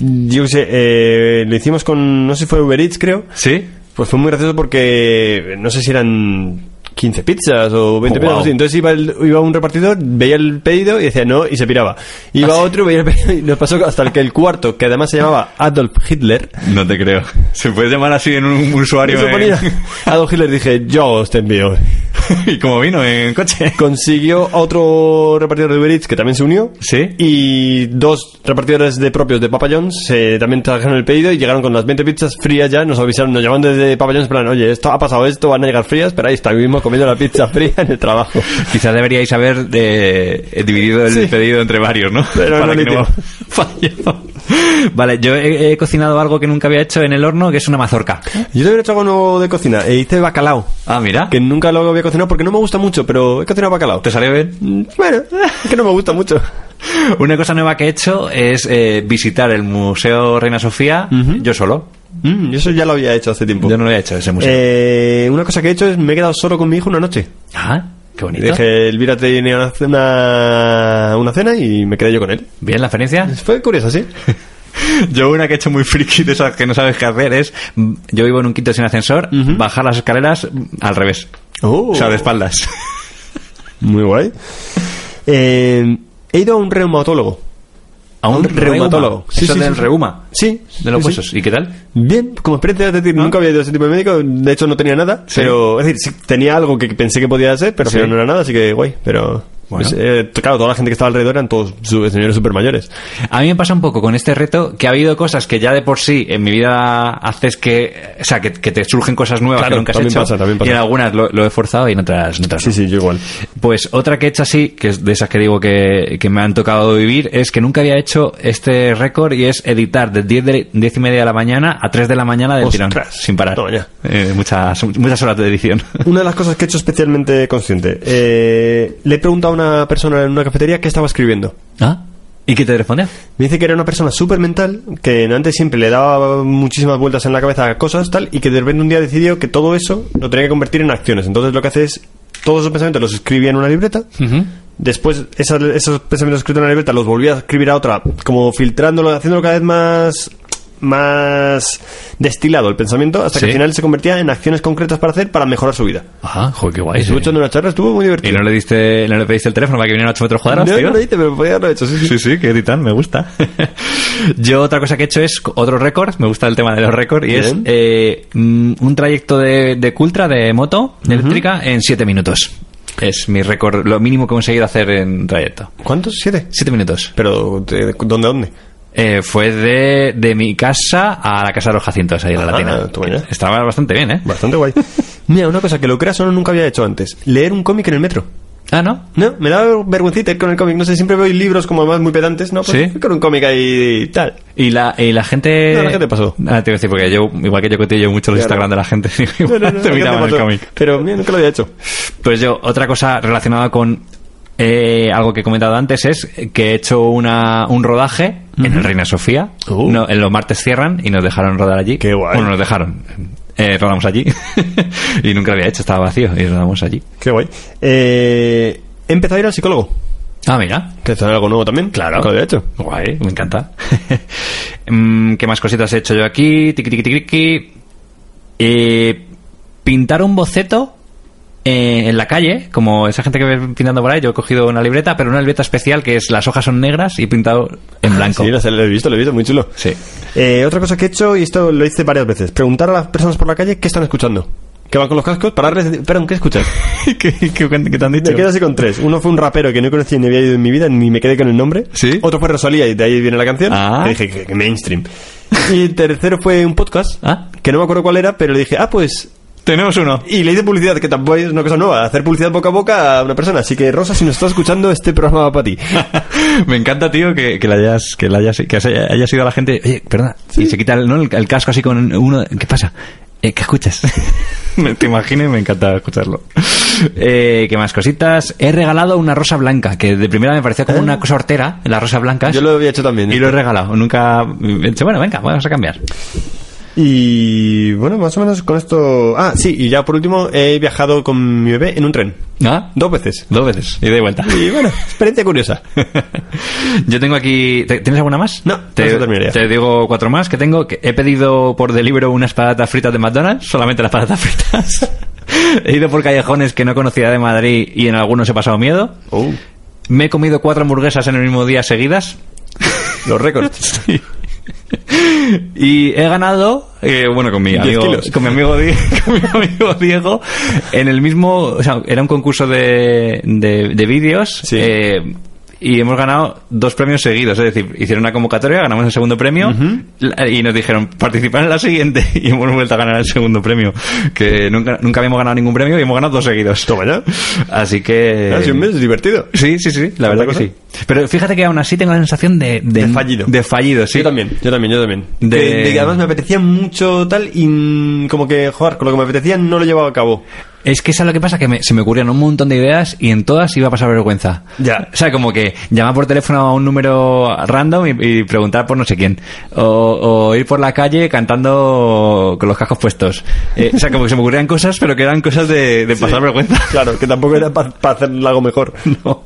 B: Yo qué sé, eh, lo hicimos con... No sé si fue Uber Eats, creo.
A: ¿Sí?
B: Pues fue muy gracioso porque... No sé si eran 15 pizzas o 20
A: Oh,
B: pizzas.
A: wow.
B: así. Entonces iba, el- iba un repartidor, veía el pedido y decía no y se piraba.
A: Ah,
B: Iba otro, veía el pedido y nos pasó hasta el que el cuarto, que además se llamaba Adolf Hitler.
A: No te creo. Se puede llamar así en un
B: Y
A: usuario.
B: se
A: eh?
B: ponía Adolf Hitler dije, yo os te envío.
A: [LAUGHS] y como vino en coche.
B: Consiguió a otro repartidor de Uber Eats que también se unió.
A: Sí.
B: Y dos repartidores de propios de Papa John's eh, también trajeron el pedido y llegaron con las 20 pizzas frías ya. Nos avisaron, nos llamaron desde Papa John's en plan, oye, esto ha pasado esto, van a llegar frías, pero ahí está, mismo comiendo la pizza [LAUGHS] fría en el trabajo.
A: Quizás deberíais haber eh, dividido el
B: Sí.
A: pedido entre varios, ¿no?
B: Pero
A: [LAUGHS]
B: no lo
A: fallado. Vale, yo he, he cocinado algo que nunca había hecho en el horno, que es una mazorca.
B: Yo también he hecho algo nuevo de cocina. E hice bacalao.
A: Ah, mira.
B: Que nunca lo había cocinado porque no me gusta mucho, pero he cocinado bacalao.
A: ¿Te salió bien?
B: Mm, Bueno, [LAUGHS] es que no me gusta mucho.
A: Una cosa nueva que he hecho es eh, visitar el Museo Reina Sofía
B: Ujú.
A: yo solo.
B: Mm, eso ya lo había hecho hace tiempo.
A: Yo no lo he hecho ese museo.
B: Eh, una cosa que he hecho es me he quedado solo con mi hijo una noche.
A: ah, qué bonito.
B: Dije, Elvira tenía una cena, una cena y me quedé yo con él.
A: Bien, la experiencia.
B: Fue curioso, [LAUGHS] sí.
A: [LAUGHS] Yo una que he hecho muy friki de esas que no sabes qué hacer es, mm, yo vivo en un quinto sin ascensor,
B: Ujú.
A: bajar las escaleras mm, al revés. O sea, de espaldas.
B: Oh. Muy guay. Eh, he ido a un reumatólogo.
A: A
B: un reumatólogo.
A: Sí,
B: Sí, sí,
A: del
B: sí.
A: reuma.
B: Sí.
A: De los
B: sí, sí.
A: huesos. ¿Y qué tal?
B: Bien, como experiencia, es decir, nunca había ido a ese tipo de médico, de hecho no tenía nada,
A: Sí.
B: pero es decir, sí, tenía algo que pensé que podía hacer, pero al
A: Sí.
B: final no era nada, así que guay, pero...
A: Bueno.
B: pues, eh, claro, toda la gente que estaba alrededor eran todos su- señores super mayores.
A: A mí me pasa un poco con este reto que ha habido cosas que ya de por sí en mi vida haces que, o sea, que, que te surgen cosas nuevas
B: Claro,
A: que nunca has
B: también
A: hecho.
B: pasa, también pasa.
A: Y en algunas lo, lo he forzado y en otras, en otras no.
B: sí, yo igual.
A: Pues otra que he hecho así, que es de esas que digo que, que me han tocado vivir, es que nunca había hecho este récord y es editar de 10, de 10 y media de la mañana a 3 de la mañana del tirón,
B: Ostras,
A: sin parar.
B: toma ya.
A: Eh, muchas, muchas horas
B: [LAUGHS]
A: de edición.
B: Una de las cosas que he hecho especialmente consciente, eh, le he preguntado a una persona en una cafetería qué estaba escribiendo.
A: ¿Ah? ¿Y qué te respondió?
B: Me dice que era una persona súper mental, que antes siempre le daba muchísimas vueltas en la cabeza a cosas, tal, y que de repente un día decidió que todo eso lo tenía que convertir en acciones. Entonces lo que hace es, todos esos pensamientos los escribía en una libreta, después esas- esos pensamientos escritos en la libreta los volvía a escribir a otra, como filtrándolo, haciéndolo cada vez más más destilado el pensamiento hasta
A: Sí.
B: que al final se convertía en acciones concretas para hacer para mejorar su vida.
A: Ajá, Ah, joder, qué guay.
B: Estuve echando una charla, estuvo muy
A: ¿Y
B: divertido.
A: no le diste, no le pediste el teléfono para que viniera a 8 metros cuadrados,
B: No,
A: tío?
B: no lo hice, pero podía haberlo hecho. sí, sí.
A: Sí, sí, que editan, me gusta. [LAUGHS] Yo otra cosa que he hecho es otro récord, me gusta el tema de los récords, y es
B: Bien.
A: eh, mm, un trayecto de, de Cultra, de moto, de eléctrica, en 7 minutos. Es mi récord, lo mínimo que he conseguido hacer en trayecto.
B: ¿Cuántos? ¿Siete?
A: 7 minutos.
B: Pero, ¿de- ¿dónde, a dónde?
A: Eh, fue de, de mi casa a la casa de los Jacintos, ahí de la
B: Ah,
A: latina.
B: tú, ¿eh?
A: Estaba bastante bien, ¿eh?
B: Bastante guay. Mira, una cosa que lo creas o no nunca había hecho antes. Leer un cómic en el metro.
A: Ah, ¿no?
B: No, me da vergüencita ir con el cómic. No sé, siempre veo libros como más muy pedantes, ¿no? Pues
A: Sí.
B: con un cómic ahí y tal.
A: Y la, y la gente...
B: No, la gente pasó.
A: Ah, te iba a decir, porque yo, igual que yo cotillo mucho los
B: Claro.
A: Instagram de la gente, [LAUGHS]
B: No,
A: [LAUGHS] igual
B: no, no,
A: te
B: la
A: miraban
B: gente
A: el
B: pasó.
A: cómic.
B: Pero mira, nunca lo había hecho.
A: Pues yo, otra cosa relacionada con eh, algo que he comentado antes es que he hecho una, un rodaje en el Reina Sofía.
B: Uh.
A: No, en los martes cierran y nos dejaron rodar allí.
B: Qué guay.
A: Bueno, nos dejaron. Eh, rodamos allí. [LAUGHS] y nunca lo había hecho, estaba vacío y rodamos allí.
B: Qué guay. Eh, he empezado a ir al psicólogo.
A: Ah, mira.
B: Que es algo nuevo también. Claro. Nunca lo había hecho.
A: Guay, me encanta. [LAUGHS] Mm, ¿Qué más cositas he hecho yo aquí? Tiqui, tiqui, tiqui, tiqui. Eh, pintar un boceto eh, en la calle, como esa gente que ve pintando por ahí. Yo he cogido una libreta, pero una libreta especial que es las hojas son negras y he pintado en blanco.
B: Sí, lo sé, lo he visto, lo he visto, muy chulo.
A: Ah, Sí.
B: Eh, otra cosa que he hecho, y esto lo hice varias veces, preguntar a las personas por la calle qué están escuchando. Que van con los cascos, pararles y decir, perdón, ¿qué escuchas?
A: [LAUGHS] ¿Qué, qué, qué te han
B: Me quedo así con tres. Uno fue un rapero que no conocía ni había ido en mi vida, ni me quedé con el nombre.
A: ¿Sí?
B: Otro fue Rosalía, y de ahí viene la canción.
A: Ah.
B: Que dije, que, que
A: [LAUGHS]
B: mainstream. Y el tercero fue un podcast,
A: Ah.
B: que no me acuerdo cuál era, pero le dije, ah, pues...
A: Tenemos uno.
B: Y le hice publicidad, que tampoco es una cosa nueva, hacer publicidad boca a boca a una persona. Así que, Rosa, si nos estás escuchando, este programa va para
A: [LAUGHS]
B: ti.
A: me encanta, tío, que, que la hayas, que la hayas, que haya, haya sido la gente. Oye, perdona. Y se quita el, ¿no? el, el casco así con uno. ¿Qué pasa? Eh, ¿Qué escuchas? [LAUGHS] me te imagino y me encanta escucharlo. Eh, ¿Qué más cositas? He regalado una rosa blanca, que de primera me pareció como una cosa hortera, las rosas blancas.
B: ¿Eh? Yo lo había hecho también. ¿eh?
A: y lo he regalado. Nunca. he dicho, Bueno, venga, vamos a cambiar.
B: Y bueno, más o menos con esto... Ah, sí, y ya por último, he viajado con mi bebé en un tren.
A: ¿Ah?
B: Dos veces.
A: Dos veces. Y de vuelta.
B: Y bueno, experiencia curiosa.
A: Yo tengo aquí. ¿te- ¿Tienes alguna más?
B: No, con
A: te,
B: eso terminaría.
A: te digo cuatro más que tengo. Que he pedido por delivery unas patatas fritas [LAUGHS] de McDonald's, solamente las patatas fritas. He ido por callejones que no conocía de Madrid y en algunos he pasado miedo. Me he comido cuatro hamburguesas en el mismo día seguidas.
B: Los
A: [LAUGHS]
B: récords.
A: Y he ganado, eh, bueno, con mi
B: Diez
A: amigo,
B: kilos.
A: con mi amigo, Di- [LAUGHS] con mi amigo Diego, en el mismo, o sea, era un concurso de, de, de vídeos.
B: Sí.
A: eh, y hemos ganado dos premios seguidos, es decir, hicieron una convocatoria, ganamos el segundo premio la- y nos dijeron participar en la siguiente [LAUGHS] y hemos vuelto a ganar el segundo premio, que nunca, nunca habíamos ganado ningún premio y hemos ganado dos seguidos.
B: Toma ya.
A: Así que...
B: Ha sido un mes divertido.
A: Sí, sí, sí, la verdad que
B: cosa?
A: sí. Pero fíjate que aún así tengo la sensación de,
B: De fallido.
A: De fallido, sí.
B: Yo también, yo también, yo también.
A: De-
B: Que- de que además me apetecía mucho tal y mm, como que jugar con lo que me apetecía no lo llevaba a [LAUGHS] cabo.
A: Es que es lo que pasa, que me- se me ocurrían un montón de ideas y en todas iba a pasar vergüenza.
B: Ya.
A: O sea, como que llamar por teléfono a un número random y, y preguntar por no sé quién. O, o ir por la calle cantando con los cascos puestos. Eh, o sea, como que se me ocurrían cosas, pero que eran cosas de, de pasar vergüenza.
B: Claro, que tampoco era para hacer algo mejor.
A: [LAUGHS] No.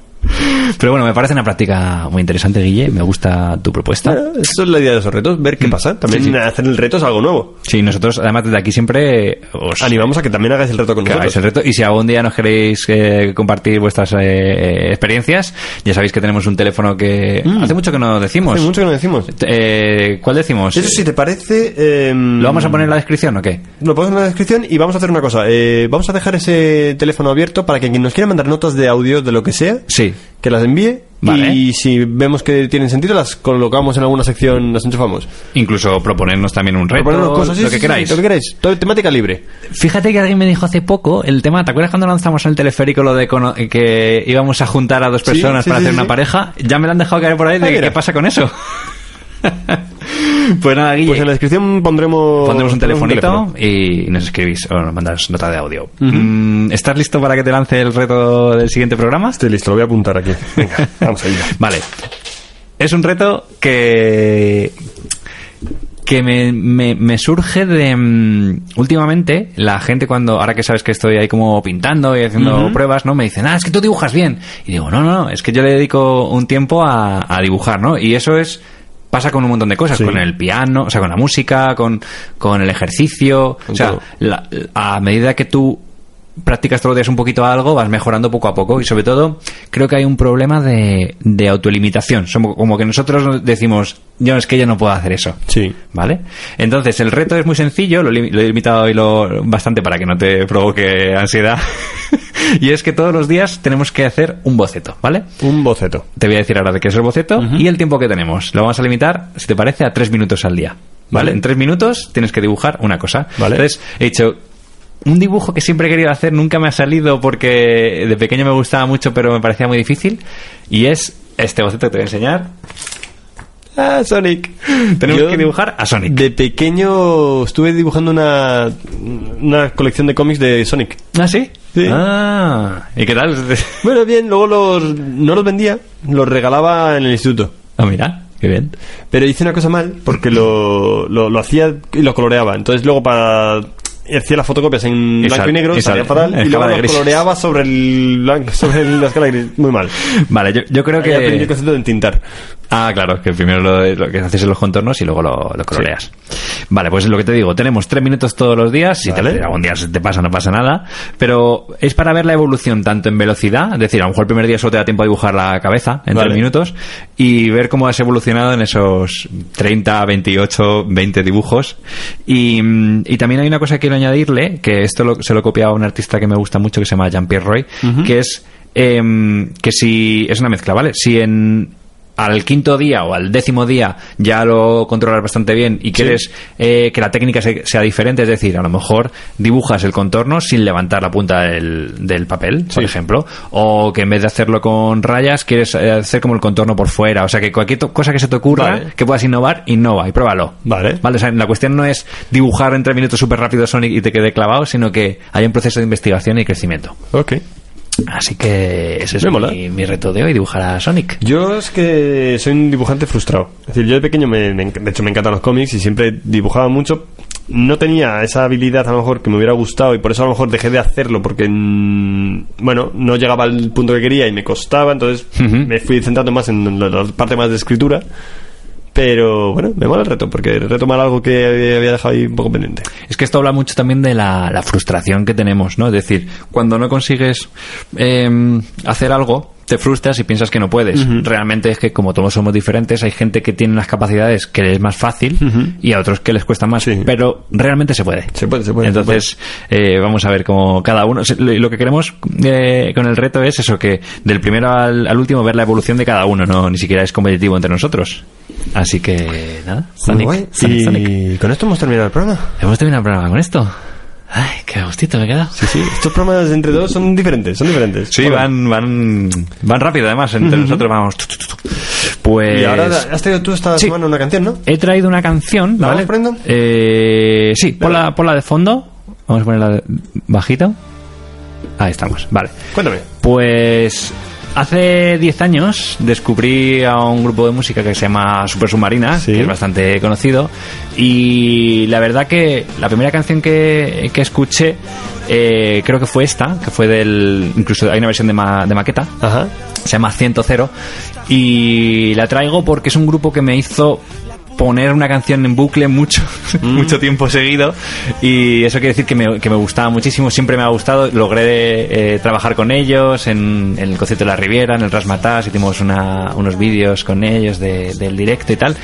A: Pero bueno, me parece una práctica muy interesante, Guille. Me gusta tu propuesta.
B: Bueno, [LAUGHS] eso es la idea de esos retos, ver qué
A: Mm.
B: pasa. También
A: Sí, sí.
B: hacer el reto es algo nuevo.
A: Sí, nosotros además desde aquí siempre os
B: Animamos a que también hagáis el reto con
A: que hagáis
B: nosotros.
A: el reto. Y si algún día nos queréis eh, compartir vuestras eh, experiencias, ya sabéis que tenemos un teléfono que hace mucho que no
B: Mm.
A: decimos.
B: Hace mucho que no decimos.
A: Eh, ¿Cuál decimos?
B: Eso, si te parece, eh,
A: ¿Lo vamos a poner en la descripción o qué?
B: lo ponemos en la descripción y vamos a hacer una cosa. Eh, vamos a dejar ese teléfono abierto para que quien nos quiera mandar notas de audio de lo que sea,
A: Sí.
B: que las envíe.
A: Vale.
B: Y si vemos que tienen sentido, las colocamos en alguna sección, las enchufamos.
A: Incluso proponernos también un reto,
B: Proponernos cosas, sí,
A: lo
B: sí, sí,
A: que queráis.
B: Lo que queráis. Todo- temática libre.
A: Fíjate que alguien me dijo hace poco el tema, ¿te acuerdas cuando lanzamos en el teleférico lo de cono- que íbamos a juntar a dos
B: Sí,
A: personas
B: sí,
A: para
B: sí,
A: hacer
B: sí.
A: una pareja? Ya me lo han dejado caer por ahí, de
B: Ah,
A: que,
B: mira.
A: ¿qué pasa con eso? [LAUGHS] pues nada, Guille.
B: Pues en la descripción pondremos,
A: pondremos un telefonito
B: teléfono.
A: y nos escribís o nos mandas nota de audio. Mm, ¿Estás listo para que te lance el reto del siguiente programa?
B: Estoy listo, lo voy a apuntar aquí. [LAUGHS] Venga, vamos a ir.
A: [LAUGHS] Vale. Es un reto que que me, me- me surge de mm, últimamente la gente cuando ahora que sabes que estoy ahí como pintando y haciendo pruebas no me dicen ah es que tú dibujas bien y digo no no no, es que yo le dedico un tiempo a, a dibujar no y eso es pasa con un montón de cosas
B: Sí.
A: con el piano o sea con la música con, con el ejercicio
B: Con
A: o sea
B: todo.
A: la- a medida que tú practicas todos los días un poquito algo, vas mejorando poco a poco y sobre todo creo que hay un problema de, de autolimitación. Somos, como que nosotros decimos, yo es que yo no puedo hacer eso.
B: Sí.
A: ¿Vale? Entonces, el reto es muy sencillo, lo, li- lo he limitado hoy lo, bastante para que no te provoque ansiedad. [LAUGHS] y es que todos los días tenemos que hacer un boceto, ¿vale?
B: Un boceto.
A: Te voy a decir ahora de qué es el boceto y el tiempo que tenemos. Lo vamos a limitar, si te parece, a tres minutos al día. ¿Vale?
B: Vale.
A: En tres minutos tienes que dibujar una cosa.
B: Vale.
A: Entonces, he dicho, un dibujo que siempre he querido hacer, nunca me ha salido porque de pequeño me gustaba mucho, pero me parecía muy difícil. Y es este boceto que te voy a enseñar.
B: Ah, Sonic.
A: Tenemos que dibujar a Sonic.
B: De pequeño estuve dibujando una, una colección de cómics de Sonic.
A: ¿Ah, sí?
B: Sí.
A: Ah, ¿y qué tal? [LAUGHS]
B: Bueno, bien, luego los, no los vendía, los regalaba en el instituto.
A: Ah, mira, qué bien.
B: Pero hice una cosa mal porque lo, lo, lo hacía y lo coloreaba. Entonces luego para... Hacía las fotocopias en
A: Y
B: blanco
A: sal-
B: y negro,
A: y sal-
B: salía fatal, y luego
A: dejaba de
B: lo
A: gris.
B: coloreaba sobre el blanco, [LAUGHS] sobre la escala gris. Muy mal.
A: Vale, yo, yo creo
B: Ahí aprendí
A: que...
B: el concepto de entintar.
A: Ah, claro, que primero lo, lo que haces es los contornos y luego lo, lo coloreas. Vale, pues lo que te digo, tenemos tres minutos todos los días, si
B: Vale.
A: te, algún día se te pasa no pasa nada, pero es para ver la evolución tanto en velocidad, es decir, a lo mejor el primer día solo te da tiempo a dibujar la cabeza en
B: Vale.
A: tres minutos y ver cómo has evolucionado en esos 30, 28, 20 dibujos. Y, mm, y también hay una cosa que quiero añadirle, que esto lo- se lo he copiado a un artista que me gusta mucho que se llama Jean-Pierre Roy, que es em, que si es una mezcla, ¿vale? Si en al quinto día o al décimo día ya lo controlas bastante bien y quieres eh, que la técnica se- sea diferente, es decir, a lo mejor dibujas el contorno sin levantar la punta del, del papel, por ejemplo, o que en vez de hacerlo con rayas quieres eh, hacer como el contorno por fuera, o sea que cualquier to- cosa que se te ocurra
B: Vale.
A: que puedas innovar, innova y pruébalo.
B: Vale.
A: Vale, o sea, la cuestión no es dibujar en tres minutos súper rápido Sonic y te quede clavado, sino que hay un proceso de investigación y crecimiento.
B: Ok.
A: Así que ese es
B: Me mola.
A: mi, mi reto de hoy, dibujar a Sonic.
B: Yo es que soy un dibujante frustrado. Es decir, yo de pequeño, me, me enc- de hecho, me encantan los cómics y siempre dibujaba mucho. No tenía esa habilidad a lo mejor que me hubiera gustado y por eso a lo mejor dejé de hacerlo porque, mm, bueno, no llegaba al punto que quería y me costaba. Entonces
A: Ujú.
B: me fui centrando más en la, la parte más de escritura. Pero bueno, me mola el reto, porque retomar algo que había había dejado ahí un poco pendiente.
A: Es que esto habla mucho también de la, la frustración que tenemos, ¿no? Es decir, cuando no consigues eh, hacer algo, te frustras y piensas que no puedes. Realmente es que como todos somos diferentes, hay gente que tiene unas capacidades que les es más fácil y a otros que les cuesta más,
B: Sí.
A: pero realmente se puede.
B: Se puede, se puede, se
A: Entonces, eh, vamos a ver cómo cada uno... se- Lo lo que queremos eh, con el reto es eso, que del primero al, al último ver la evolución de cada uno, no ni siquiera es competitivo entre nosotros. Así que, nada, Sonic,
B: Muy guay.
A: Sonic,
B: y
A: Sonic.
B: con esto hemos terminado el programa.
A: Hemos terminado el programa con esto. Ay, qué gustito me he quedado.
B: Sí, sí, estos programas entre dos son diferentes, son diferentes.
A: Sí,
B: Mola.
A: van, van, van rápido además. Entre nosotros vamos. tu, tu, tu, tu. Pues.
B: Y ahora has traído tú esta
A: Sí.
B: semana una canción, ¿no?
A: He traído una canción.
B: ¿La
A: ¿vale?
B: vamos poniendo?
A: Eh, sí, ponla, ponla de fondo. Vamos a ponerla de- bajito. Ahí estamos, vale.
B: Cuéntame.
A: Pues. Hace 10 años descubrí a un grupo de música que se llama Super Submarina,
B: Sí.
A: que es bastante conocido, y la verdad que la primera canción que, que escuché eh, creo que fue esta, que fue del... incluso hay una versión de, ma- de maqueta,
B: Ajá.
A: se llama 100 y la traigo porque es un grupo que me hizo poner una canción en bucle mucho [LAUGHS] mucho tiempo seguido y eso quiere decir que me, que me gustaba muchísimo siempre me ha gustado logré eh, trabajar con ellos en, en el concierto de la Riviera en el Rasmatas hicimos una- unos vídeos con ellos de- del directo y tal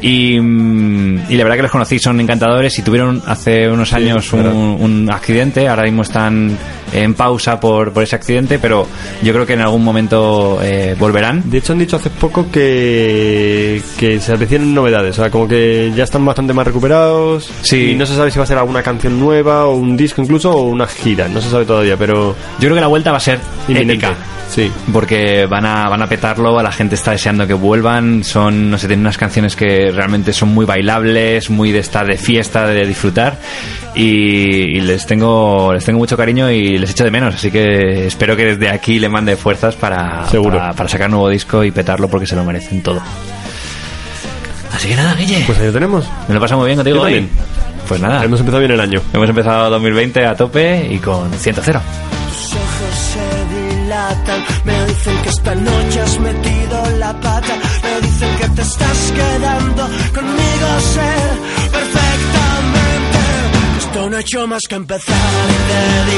A: y, mm, y la verdad que los conocí son encantadores y tuvieron hace unos años un,
B: verdad.
A: un accidente, ahora mismo están en pausa por, por ese accidente, pero yo creo que en algún momento eh, volverán.
B: De hecho, han dicho hace poco que, que se decían novedades, o sea, como que ya están bastante más recuperados.
A: Sí.
B: Y no se sabe si va a ser alguna canción nueva, o un disco incluso, o una gira, no se sabe todavía, pero.
A: Yo creo que la vuelta va a ser
B: inminente.
A: épica.
B: Sí.
A: Porque van a, van a petarlo, la gente está deseando que vuelvan, son, no sé, tienen unas canciones que realmente son muy bailables, muy de estar de fiesta, de disfrutar, y, y les tengo, les tengo mucho cariño y les echo de menos, así que espero que desde aquí le mande fuerzas para,
B: Seguro.
A: para, para sacar nuevo disco y petarlo porque se lo merecen todo. Así que nada, Guille.
B: Pues ahí lo tenemos.
A: Me lo he pasado muy bien contigo
B: Yo
A: hoy.
B: también. Em-
A: Pues nada,
B: Hemos empezado bien el año.
A: hemos empezado 2020 a tope y con 100
G: Tus ojos se dilatan, me dicen que esta noche has metido la pata, me dicen que te estás quedando conmigo, sé perfectamente que esto no ha hecho más que empezar y te